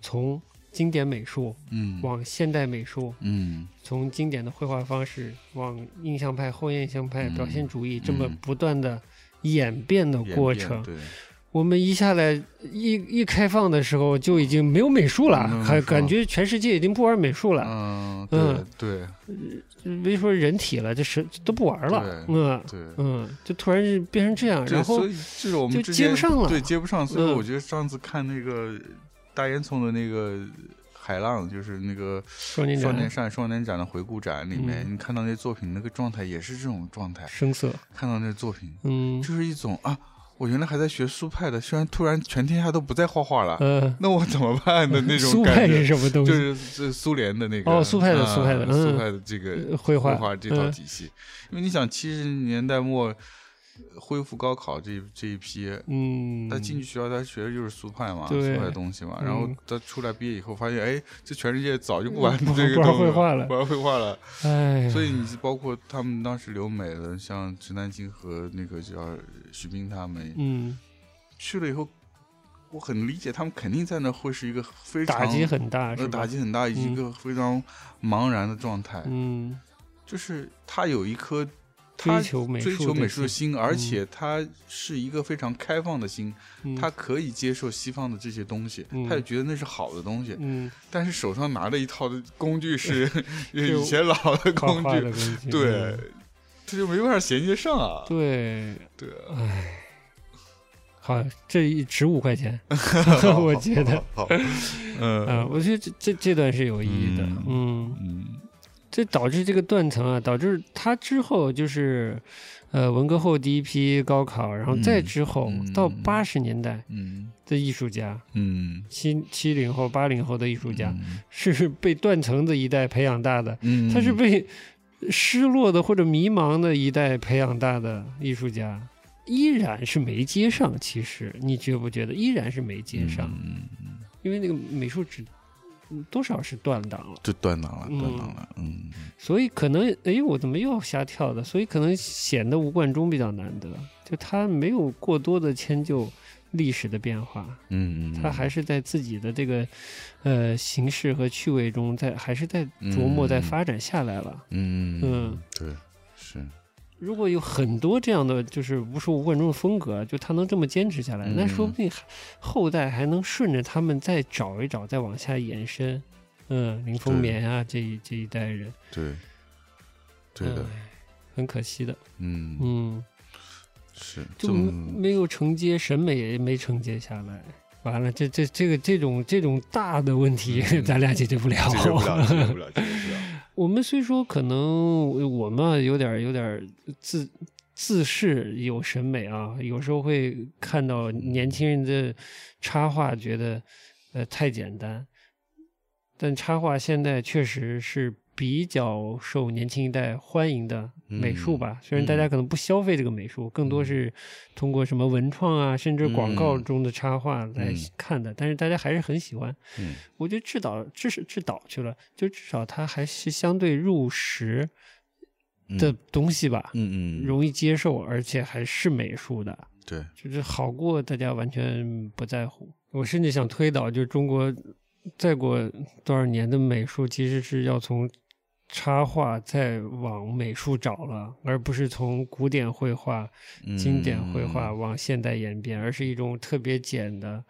Speaker 2: 从经典美术
Speaker 1: 嗯
Speaker 2: 往现代美术，
Speaker 1: 嗯
Speaker 2: 从经典的绘画方式往印象派、后印象派、
Speaker 1: 嗯
Speaker 2: 表现主义这么
Speaker 1: 嗯
Speaker 2: 不断的演变的
Speaker 1: 演
Speaker 2: 过
Speaker 1: 变
Speaker 2: 程，
Speaker 1: 对，
Speaker 2: 我们一下来一一开放的时候就已经没有美术了，
Speaker 1: 没有美
Speaker 2: 还
Speaker 1: 术
Speaker 2: 感
Speaker 1: 了
Speaker 2: 觉全世界已经不玩美术了，
Speaker 1: 嗯对
Speaker 2: 嗯
Speaker 1: 对
Speaker 2: 别说人体了，这是都不玩了，
Speaker 1: 嗯对
Speaker 2: 嗯
Speaker 1: 对。
Speaker 2: 嗯，就突然是变成这样，
Speaker 1: 对
Speaker 2: 然
Speaker 1: 所
Speaker 2: 后
Speaker 1: 以就是我们
Speaker 2: 就
Speaker 1: 之
Speaker 2: 接不
Speaker 1: 前
Speaker 2: 上了
Speaker 1: 对，接不上。所以
Speaker 2: 嗯
Speaker 1: 我觉得上次看那个大烟囱的那个海浪，就是那个
Speaker 2: 双年
Speaker 1: 少年
Speaker 2: 展
Speaker 1: 上海少年展的回顾展里面，
Speaker 2: 嗯
Speaker 1: 你看到那些作品那个状态也是这种状态，
Speaker 2: 生涩，
Speaker 1: 看到那作品
Speaker 2: 嗯
Speaker 1: 就是一种啊，我原来还在学苏派的，虽然突然全天下都不再画画了，
Speaker 2: 呃，
Speaker 1: 那我怎么办的 那种
Speaker 2: 苏
Speaker 1: 感
Speaker 2: 派
Speaker 1: 觉。
Speaker 2: 是什么东
Speaker 1: 就
Speaker 2: 西？
Speaker 1: 是是苏联的那个
Speaker 2: 哦苏派的
Speaker 1: 啊
Speaker 2: 苏派的嗯
Speaker 1: 苏派的这个
Speaker 2: 呃绘画
Speaker 1: 画这套
Speaker 2: 嗯
Speaker 1: 体系，因为你想七十年代末恢复高考这这一批，
Speaker 2: 嗯，
Speaker 1: 他进去学校，他学的就是苏派嘛，苏
Speaker 2: 对
Speaker 1: 派的东西嘛。然后
Speaker 2: 嗯
Speaker 1: 他出来毕业以后，发现哎，这全世界早就不玩
Speaker 2: 嗯不
Speaker 1: 这个
Speaker 2: 不玩
Speaker 1: 东西
Speaker 2: 绘画了
Speaker 1: 不玩绘画了。
Speaker 2: 哎，
Speaker 1: 所以你包括他们当时留美的，像陈丹青和那个叫徐冰他们
Speaker 2: 嗯，
Speaker 1: 去了以后，我很理解他们肯定在那会是一个非常
Speaker 2: 打击很大，
Speaker 1: 呃
Speaker 2: 是吧
Speaker 1: 打击很大，以及一个非常茫然的状态。
Speaker 2: 嗯，
Speaker 1: 就是他有一颗他
Speaker 2: 追求美术，
Speaker 1: 追求美术的，心，而
Speaker 2: 嗯
Speaker 1: 且他是一个非常开放的心。
Speaker 2: 嗯、
Speaker 1: 他可以接受西方的这些东西，
Speaker 2: 嗯
Speaker 1: 他也觉得那是好的东西，
Speaker 2: 嗯，
Speaker 1: 但是手上拿的一套的工具是
Speaker 2: 就
Speaker 1: 以前老的
Speaker 2: 画
Speaker 1: 工
Speaker 2: 画
Speaker 1: 具，
Speaker 2: 的工 具，
Speaker 1: 对
Speaker 2: 嗯，
Speaker 1: 他就没办法衔接上啊。
Speaker 2: 对，哎
Speaker 1: 对，
Speaker 2: 好，这一值五 块钱，我觉得，
Speaker 1: 好，好
Speaker 2: 啊、
Speaker 1: 嗯
Speaker 2: 我觉得这这这段是有意义的，嗯，
Speaker 1: 嗯
Speaker 2: 这导致这个断层啊，导致他之后就是，呃，文革后第一批高考，然后再
Speaker 1: 嗯
Speaker 2: 之后、
Speaker 1: 嗯
Speaker 2: 到八十年代
Speaker 1: 嗯
Speaker 2: 的艺术家，
Speaker 1: 嗯，
Speaker 2: 七七零后、八零后的艺术家、
Speaker 1: 嗯
Speaker 2: 是被断层的一代培养大的，
Speaker 1: 嗯，
Speaker 2: 他是被失落的或者迷茫的一代培养大的艺术家，依然是没接上。其实你觉不觉得，依然是没接上，
Speaker 1: 嗯，
Speaker 2: 因为那个美术只嗯多少是断档了，
Speaker 1: 就断档了，
Speaker 2: 嗯
Speaker 1: 断档了，嗯
Speaker 2: 所以可能哎，我怎么又要瞎跳的？所以可能显得吴冠中比较难得，就他没有过多的迁就。历史的变化，
Speaker 1: 嗯，嗯
Speaker 2: 他还是在自己的这个，呃，形式和趣味中在，还是在琢磨，在
Speaker 1: 嗯
Speaker 2: 发展下来了。
Speaker 1: 嗯
Speaker 2: 嗯，
Speaker 1: 对，是，
Speaker 2: 如果有很多这样的，就是无数无冠中的风格，就他能这么坚持下来，
Speaker 1: 嗯
Speaker 2: 那说不定还后代还能顺着他们再找一找，再往下延伸。嗯，林风眠啊，这一这一代人，
Speaker 1: 对，对的，
Speaker 2: 哎很可惜的。
Speaker 1: 嗯
Speaker 2: 嗯，
Speaker 1: 是，
Speaker 2: 就
Speaker 1: 这
Speaker 2: 没
Speaker 1: 么
Speaker 2: 没有承接，审美也没承接下来。完了，这这这个这种这种大的问题，
Speaker 1: 嗯
Speaker 2: 咱俩解决不了。
Speaker 1: 解决不了，解决 不了，解决不了。
Speaker 2: 我们虽说可能我们啊有点儿有点儿自自视有审美啊，有时候会看到年轻人的插画，觉得呃太简单。但插画现在确实是比较受年轻一代欢迎的美术吧，虽然大家可能不消费这个美术，更多是通过什么文创啊，甚至广告
Speaker 1: 嗯
Speaker 2: 中的插画来
Speaker 1: 嗯
Speaker 2: 看的，但是大家还是很喜欢。
Speaker 1: 嗯
Speaker 2: 我觉得至导至是至导去了，就至少它还是相对入时的东西吧，
Speaker 1: 嗯嗯，
Speaker 2: 容易接受，而且还是美术的，
Speaker 1: 对，
Speaker 2: 就是好过大家完全不在乎。我甚至想推导，就是中国再过多少年的美术，其实是要从插画再往美术找了，而不是从古典绘画、经典绘画
Speaker 1: 嗯
Speaker 2: 往现代演变，而是一种特别简的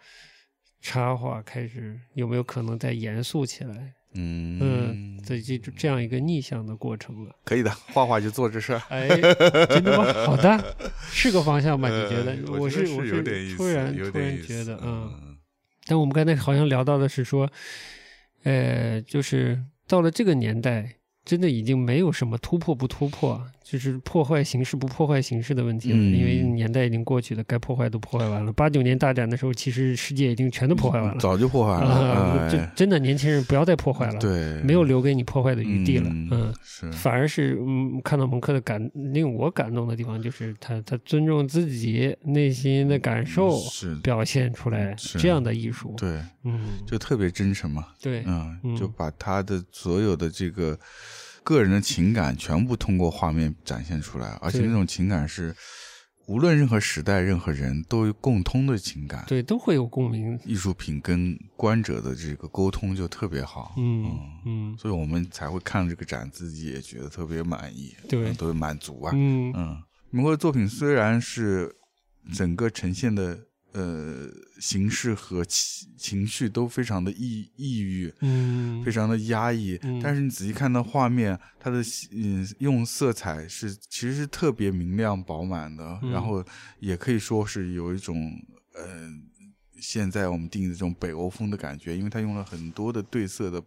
Speaker 2: 插画开始，有没有可能再严肃起来？
Speaker 1: 嗯
Speaker 2: 嗯，这就就这样一个逆向的过程了。
Speaker 1: 可以的，画画就做这事儿。
Speaker 2: 哎，真的吗？好的，是个方向吧？ 你觉得
Speaker 1: 呃？
Speaker 2: 我
Speaker 1: 觉得
Speaker 2: 我
Speaker 1: 有点意
Speaker 2: 是
Speaker 1: 思，
Speaker 2: 突然
Speaker 1: 有
Speaker 2: 突
Speaker 1: 点
Speaker 2: 然
Speaker 1: 意思
Speaker 2: 觉得，嗯。
Speaker 1: 嗯，
Speaker 2: 但我们刚才好像聊到的是说，呃，就是到了这个年代，真的已经没有什么突破不突破，就是破坏形式不破坏形式的问题了，
Speaker 1: 嗯
Speaker 2: 因为年代已经过去了，该破坏都破坏完了。八九年大展的时候，其实世界已经全都破坏完了，
Speaker 1: 早就破坏
Speaker 2: 啊
Speaker 1: 了，，
Speaker 2: 这、真的年轻人不要再破坏了，
Speaker 1: 哎，对，
Speaker 2: 没有留给你破坏的余地了，嗯。
Speaker 1: 是，
Speaker 2: 反而是，嗯，看到蒙克的感令我感动的地方，就是他他尊重自己内心的感受，
Speaker 1: 嗯是，
Speaker 2: 表现出来
Speaker 1: 是
Speaker 2: 这样的艺术。
Speaker 1: 对，
Speaker 2: 嗯，
Speaker 1: 就特别真诚嘛，
Speaker 2: 对，
Speaker 1: 嗯，
Speaker 2: 嗯
Speaker 1: 就把他的所有的这个个人的情感全部通过画面展现出来，而且
Speaker 2: 对
Speaker 1: 那种情感是无论任何时代、任何人都有共通的情感。
Speaker 2: 对，都会有共鸣。
Speaker 1: 艺术品跟观者的这个沟通就特别好，
Speaker 2: 嗯嗯，
Speaker 1: 所以我们才会看这个展，自己也觉得特别满意，
Speaker 2: 对
Speaker 1: 嗯特别满足啊。
Speaker 2: 嗯
Speaker 1: 嗯，民国的作品虽然是整个呈现的呃形式和情情绪都非常的抑抑郁，
Speaker 2: 嗯
Speaker 1: 非常的压抑，
Speaker 2: 嗯
Speaker 1: 但是你仔细看到画面，它的嗯用色彩是其实是特别明亮饱满的，
Speaker 2: 嗯
Speaker 1: 然后也可以说是有一种呃现在我们定义的这种北欧风的感觉，因为它用了很多的对色的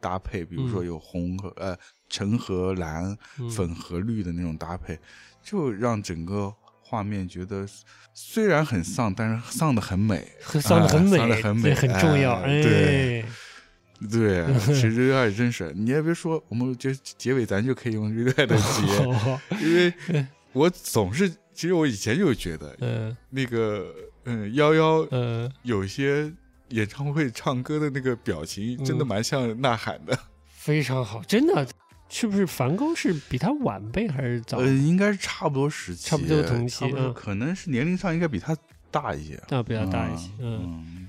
Speaker 1: 搭配，比如说
Speaker 2: 嗯
Speaker 1: 有红和、呃橙和蓝、
Speaker 2: 嗯
Speaker 1: 粉和绿的那种搭配，就让整个。画面觉得虽然很丧，但是丧的很美，
Speaker 2: 很丧的很
Speaker 1: 哎
Speaker 2: 美，
Speaker 1: 丧的很美，
Speaker 2: 这很重要。
Speaker 1: 哎对，
Speaker 2: 哎
Speaker 1: 对，其实有点真是，你也别说，我们就结尾咱就可以用 regret 的结，
Speaker 2: 好，
Speaker 1: 因为我总是，其实我以前就觉得
Speaker 2: 嗯
Speaker 1: 那个，嗯，幺幺
Speaker 2: 嗯，
Speaker 1: 有些演唱会唱歌的那个表情，真的
Speaker 2: 嗯
Speaker 1: 蛮像呐喊的。
Speaker 2: 非常好，真的，是不是梵高是比他晚辈还是早
Speaker 1: 呃，？应该是差不多时期，
Speaker 2: 差不多同期
Speaker 1: 差不多
Speaker 2: 嗯
Speaker 1: 可能是年龄上应该比他大一些，
Speaker 2: 那比较大一些，嗯，
Speaker 1: 嗯，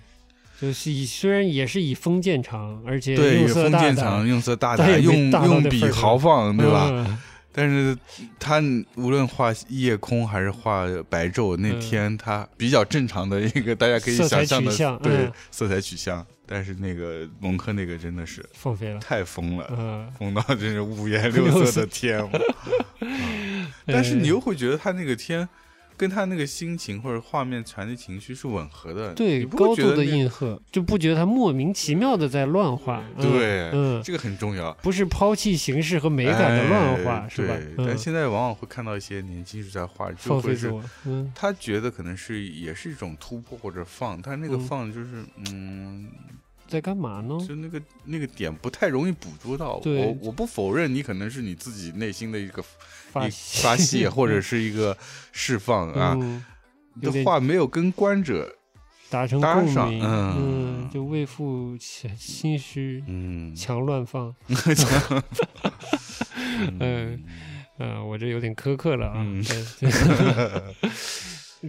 Speaker 2: 就是以虽然也是以封建长，而且
Speaker 1: 对，
Speaker 2: 用色
Speaker 1: 封
Speaker 2: 大
Speaker 1: 建
Speaker 2: 胆，
Speaker 1: 场用色大
Speaker 2: 但
Speaker 1: 胆，
Speaker 2: 也没
Speaker 1: 用
Speaker 2: 大到
Speaker 1: 用
Speaker 2: 那
Speaker 1: 笔
Speaker 2: 份儿上
Speaker 1: 豪放，对吧？
Speaker 2: 嗯？
Speaker 1: 但是他无论画夜空还是画白昼，那天他比较正常的一个大家可以想象的
Speaker 2: 色彩取向
Speaker 1: 对、
Speaker 2: 嗯
Speaker 1: 色彩取向，但是那个蒙克那个真的是
Speaker 2: 放飞了，
Speaker 1: 太疯了，
Speaker 2: 嗯，
Speaker 1: 疯到真是五颜六色的 天。嗯但是你又会觉得他那个天。跟他那个心情或者画面传递情绪是吻合的，
Speaker 2: 对
Speaker 1: 你不
Speaker 2: 高
Speaker 1: 会觉
Speaker 2: 度
Speaker 1: 得
Speaker 2: 的
Speaker 1: 那
Speaker 2: 应和，就不觉得他莫名其妙的在乱画，嗯
Speaker 1: 对，
Speaker 2: 嗯，
Speaker 1: 这个很重要。
Speaker 2: 不是抛弃形式和美感的乱画，
Speaker 1: 哎
Speaker 2: 是吧
Speaker 1: 对？但
Speaker 2: 嗯，
Speaker 1: 现在往往会看到一些年轻艺术家画，就
Speaker 2: 放
Speaker 1: 会
Speaker 2: 飞
Speaker 1: 是
Speaker 2: 自我，嗯
Speaker 1: 他觉得可能是也是一种突破或者放，但是那个
Speaker 2: 嗯
Speaker 1: 放就是嗯，
Speaker 2: 在干嘛呢？
Speaker 1: 就那个那个点不太容易捕捉到。
Speaker 2: 对
Speaker 1: 我我不否认你可能是你自己内心的一个
Speaker 2: 发
Speaker 1: 一发泄 或者是一个释放啊，
Speaker 2: 嗯，
Speaker 1: 你
Speaker 2: 有
Speaker 1: 的
Speaker 2: 点
Speaker 1: 话没有跟观者
Speaker 2: 达成
Speaker 1: 搭
Speaker 2: 共
Speaker 1: 上
Speaker 2: 鸣，
Speaker 1: 嗯
Speaker 2: 嗯，就为赋心心虚，
Speaker 1: 嗯
Speaker 2: 强乱放， 嗯嗯，我这有点苛刻了啊
Speaker 1: 嗯，
Speaker 2: 对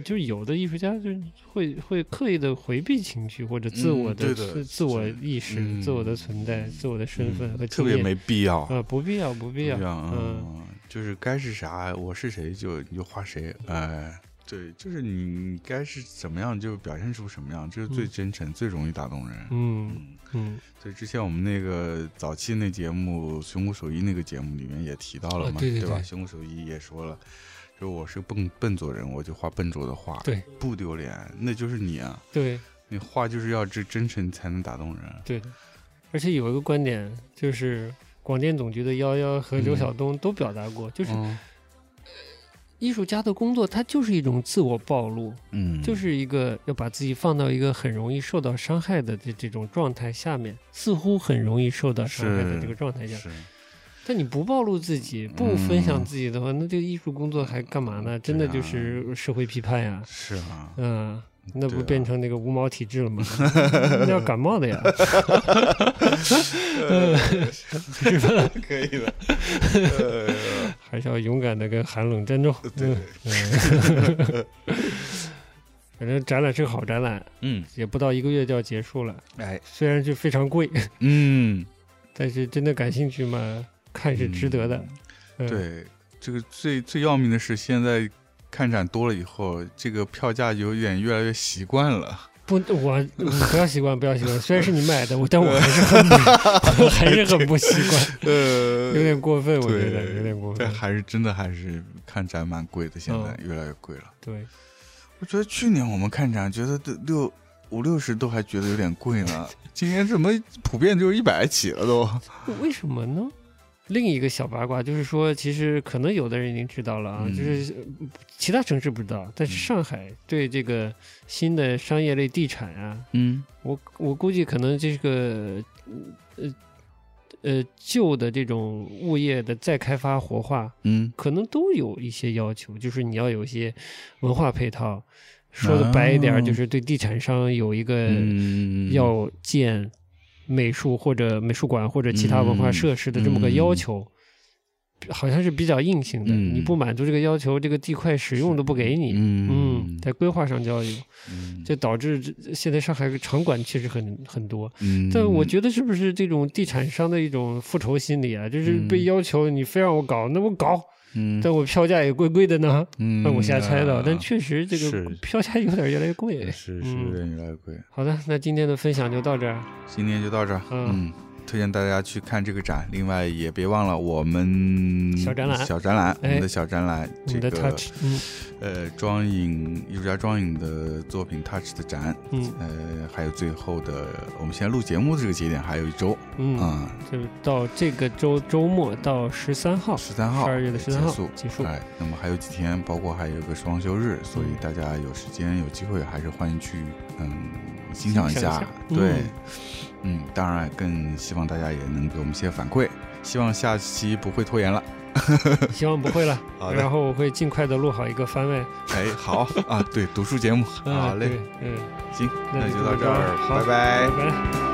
Speaker 2: 就有的艺术家就会会刻意的回避情绪或者自我
Speaker 1: 嗯对
Speaker 2: 的
Speaker 1: 的
Speaker 2: 自自我意识、
Speaker 1: 嗯
Speaker 2: 自我的存在、自我的身份和
Speaker 1: 特
Speaker 2: 经
Speaker 1: 别
Speaker 2: 验
Speaker 1: 没必要，
Speaker 2: 啊，不必要，不必要
Speaker 1: 这，样
Speaker 2: 嗯，
Speaker 1: 嗯，就是该是啥我是谁就你就画谁，哎。对，就是你你该是怎么样就表现出什么样，这是最
Speaker 2: 嗯
Speaker 1: 真诚、最容易打动人。
Speaker 2: 嗯嗯，
Speaker 1: 对，之前我们那个早期那节目《熊谷守一》那个节目里面也提到了嘛，
Speaker 2: 啊对对
Speaker 1: 吧？
Speaker 2: 对
Speaker 1: 熊谷守一也说了，就我是笨笨拙人，我就画笨拙的画，
Speaker 2: 对，
Speaker 1: 不丢脸，那就是你啊，
Speaker 2: 对。
Speaker 1: 你画就是要这真诚才能打动人。
Speaker 2: 对的，而且有一个观点就是，广电总局的幺幺和刘晓东都表达过，就是
Speaker 1: 嗯
Speaker 2: 艺术家的工作，它就是一种自我暴露，
Speaker 1: 嗯，
Speaker 2: 就是一个要把自己放到一个很容易受到伤害的这这种状态下面，似乎很容易受到伤害的这个状态下，
Speaker 1: 是
Speaker 2: 但你不暴露自己，不分享自己的话，那这个艺术工作还干嘛呢？真
Speaker 1: 嗯
Speaker 2: 的
Speaker 1: 对
Speaker 2: 就
Speaker 1: 啊
Speaker 2: 是社会批判呀，
Speaker 1: 是啊，
Speaker 2: 嗯、那
Speaker 1: 对
Speaker 2: 不
Speaker 1: 啊
Speaker 2: 变成那个无毛体质了吗？那要感冒的呀，是吧？
Speaker 1: 可以 的。呃
Speaker 2: 还是要勇敢的跟寒冷战争。
Speaker 1: 对，
Speaker 2: 嗯 反正展览是个好展览，
Speaker 1: 嗯，
Speaker 2: 也不到一个月就要结束了。
Speaker 1: 哎，
Speaker 2: 虽然就非常贵，
Speaker 1: 嗯，
Speaker 2: 但是真的感兴趣嘛，看是值得的。嗯，
Speaker 1: 对，这个最最要命 的是，现在看展多了以后，这个票价有点越来越习惯了。
Speaker 2: 不，我我不要习惯，不要 习惯。虽然是你买的，我但我还是很不， 我还是很不习 惯，
Speaker 1: 呃
Speaker 2: 有点过分，我觉
Speaker 1: 对，
Speaker 2: 得有点过
Speaker 1: 但
Speaker 2: 分。
Speaker 1: 还是真的还是看展蛮贵的，现在
Speaker 2: 嗯
Speaker 1: 越来越贵了。
Speaker 2: 对，
Speaker 1: 我觉得去年我们看展，觉得都六五六十都还觉得有点贵呢，今年怎么普遍就是一百起了都？
Speaker 2: 为什么呢？另一个小八卦就是说，其实可能有的人已经知道了啊，
Speaker 1: 嗯
Speaker 2: 就是呃其他城市不知道，但是
Speaker 1: 嗯
Speaker 2: 上海对这个新的商业类地产啊，
Speaker 1: 嗯
Speaker 2: 我我估计可能这个呃呃旧的这种物业的再开发活化，
Speaker 1: 嗯
Speaker 2: 可能都有一些要求，就是你要有一些文化配套。说的白一点儿，
Speaker 1: 哦
Speaker 2: 就是对地产商有一个
Speaker 1: 嗯
Speaker 2: 呃要建美术或者美术馆或者其他文化设施的这么个要求，好像是比较硬性的。
Speaker 1: 嗯
Speaker 2: 你不满足这个要求，这个地块使用都不给你。
Speaker 1: 嗯
Speaker 2: 在规划上就要有，
Speaker 1: 嗯
Speaker 2: 这导致这现在上海场馆确实很很多，
Speaker 1: 嗯
Speaker 2: 但我觉得是不是这种地产商的一种复仇心理啊？就是
Speaker 1: 嗯
Speaker 2: 被要求你非让我搞，那我搞，
Speaker 1: 嗯
Speaker 2: 但我票价也贵贵的呢，
Speaker 1: 嗯
Speaker 2: 那我瞎猜的。但
Speaker 1: 啊
Speaker 2: 确实这个
Speaker 1: 是
Speaker 2: 票价有点越来越 贵。
Speaker 1: 是是
Speaker 2: 嗯
Speaker 1: 有点越来越贵。
Speaker 2: 好的，那今天的分享就到这儿。
Speaker 1: 今天就到这儿，
Speaker 2: 嗯
Speaker 1: 嗯，推荐大家去看这个展，另外也别忘了我们
Speaker 2: 小展览
Speaker 1: 小展览，我
Speaker 2: 哎
Speaker 1: 们的小展览，
Speaker 2: 我
Speaker 1: 这
Speaker 2: 们的
Speaker 1: 个
Speaker 2: touch，嗯
Speaker 1: 呃，庄影艺术家庄影的作品 Touch 的展，
Speaker 2: 嗯
Speaker 1: 呃，还有最后的我们现在录节目的这个节点还有一周
Speaker 2: 嗯，
Speaker 1: 啊，
Speaker 2: 就是到这个周周末到十 三号，
Speaker 1: 十三号
Speaker 2: 十二月的十三号
Speaker 1: 结束。
Speaker 2: 结束。嗯
Speaker 1: 哎，那么还有几天，包括还有个双休日，所以大家有时间有机会还是欢迎去嗯欣赏一
Speaker 2: 欣赏
Speaker 1: 下
Speaker 2: 一下。
Speaker 1: 对，嗯，当然更希望大家也能给我们一些反馈，希望下期不会拖延了。
Speaker 2: 希望不会了
Speaker 1: 好。的
Speaker 2: 然后我会尽快的录好一个番外。
Speaker 1: 哎，好 啊，对，读书节目，
Speaker 2: 啊
Speaker 1: 好嘞，，
Speaker 2: 对嗯，
Speaker 1: 行，
Speaker 2: 那
Speaker 1: 那
Speaker 2: 就
Speaker 1: 就
Speaker 2: 这
Speaker 1: 到
Speaker 2: 么
Speaker 1: 这
Speaker 2: 着
Speaker 1: 儿，
Speaker 2: 好
Speaker 1: 拜
Speaker 2: 拜拜。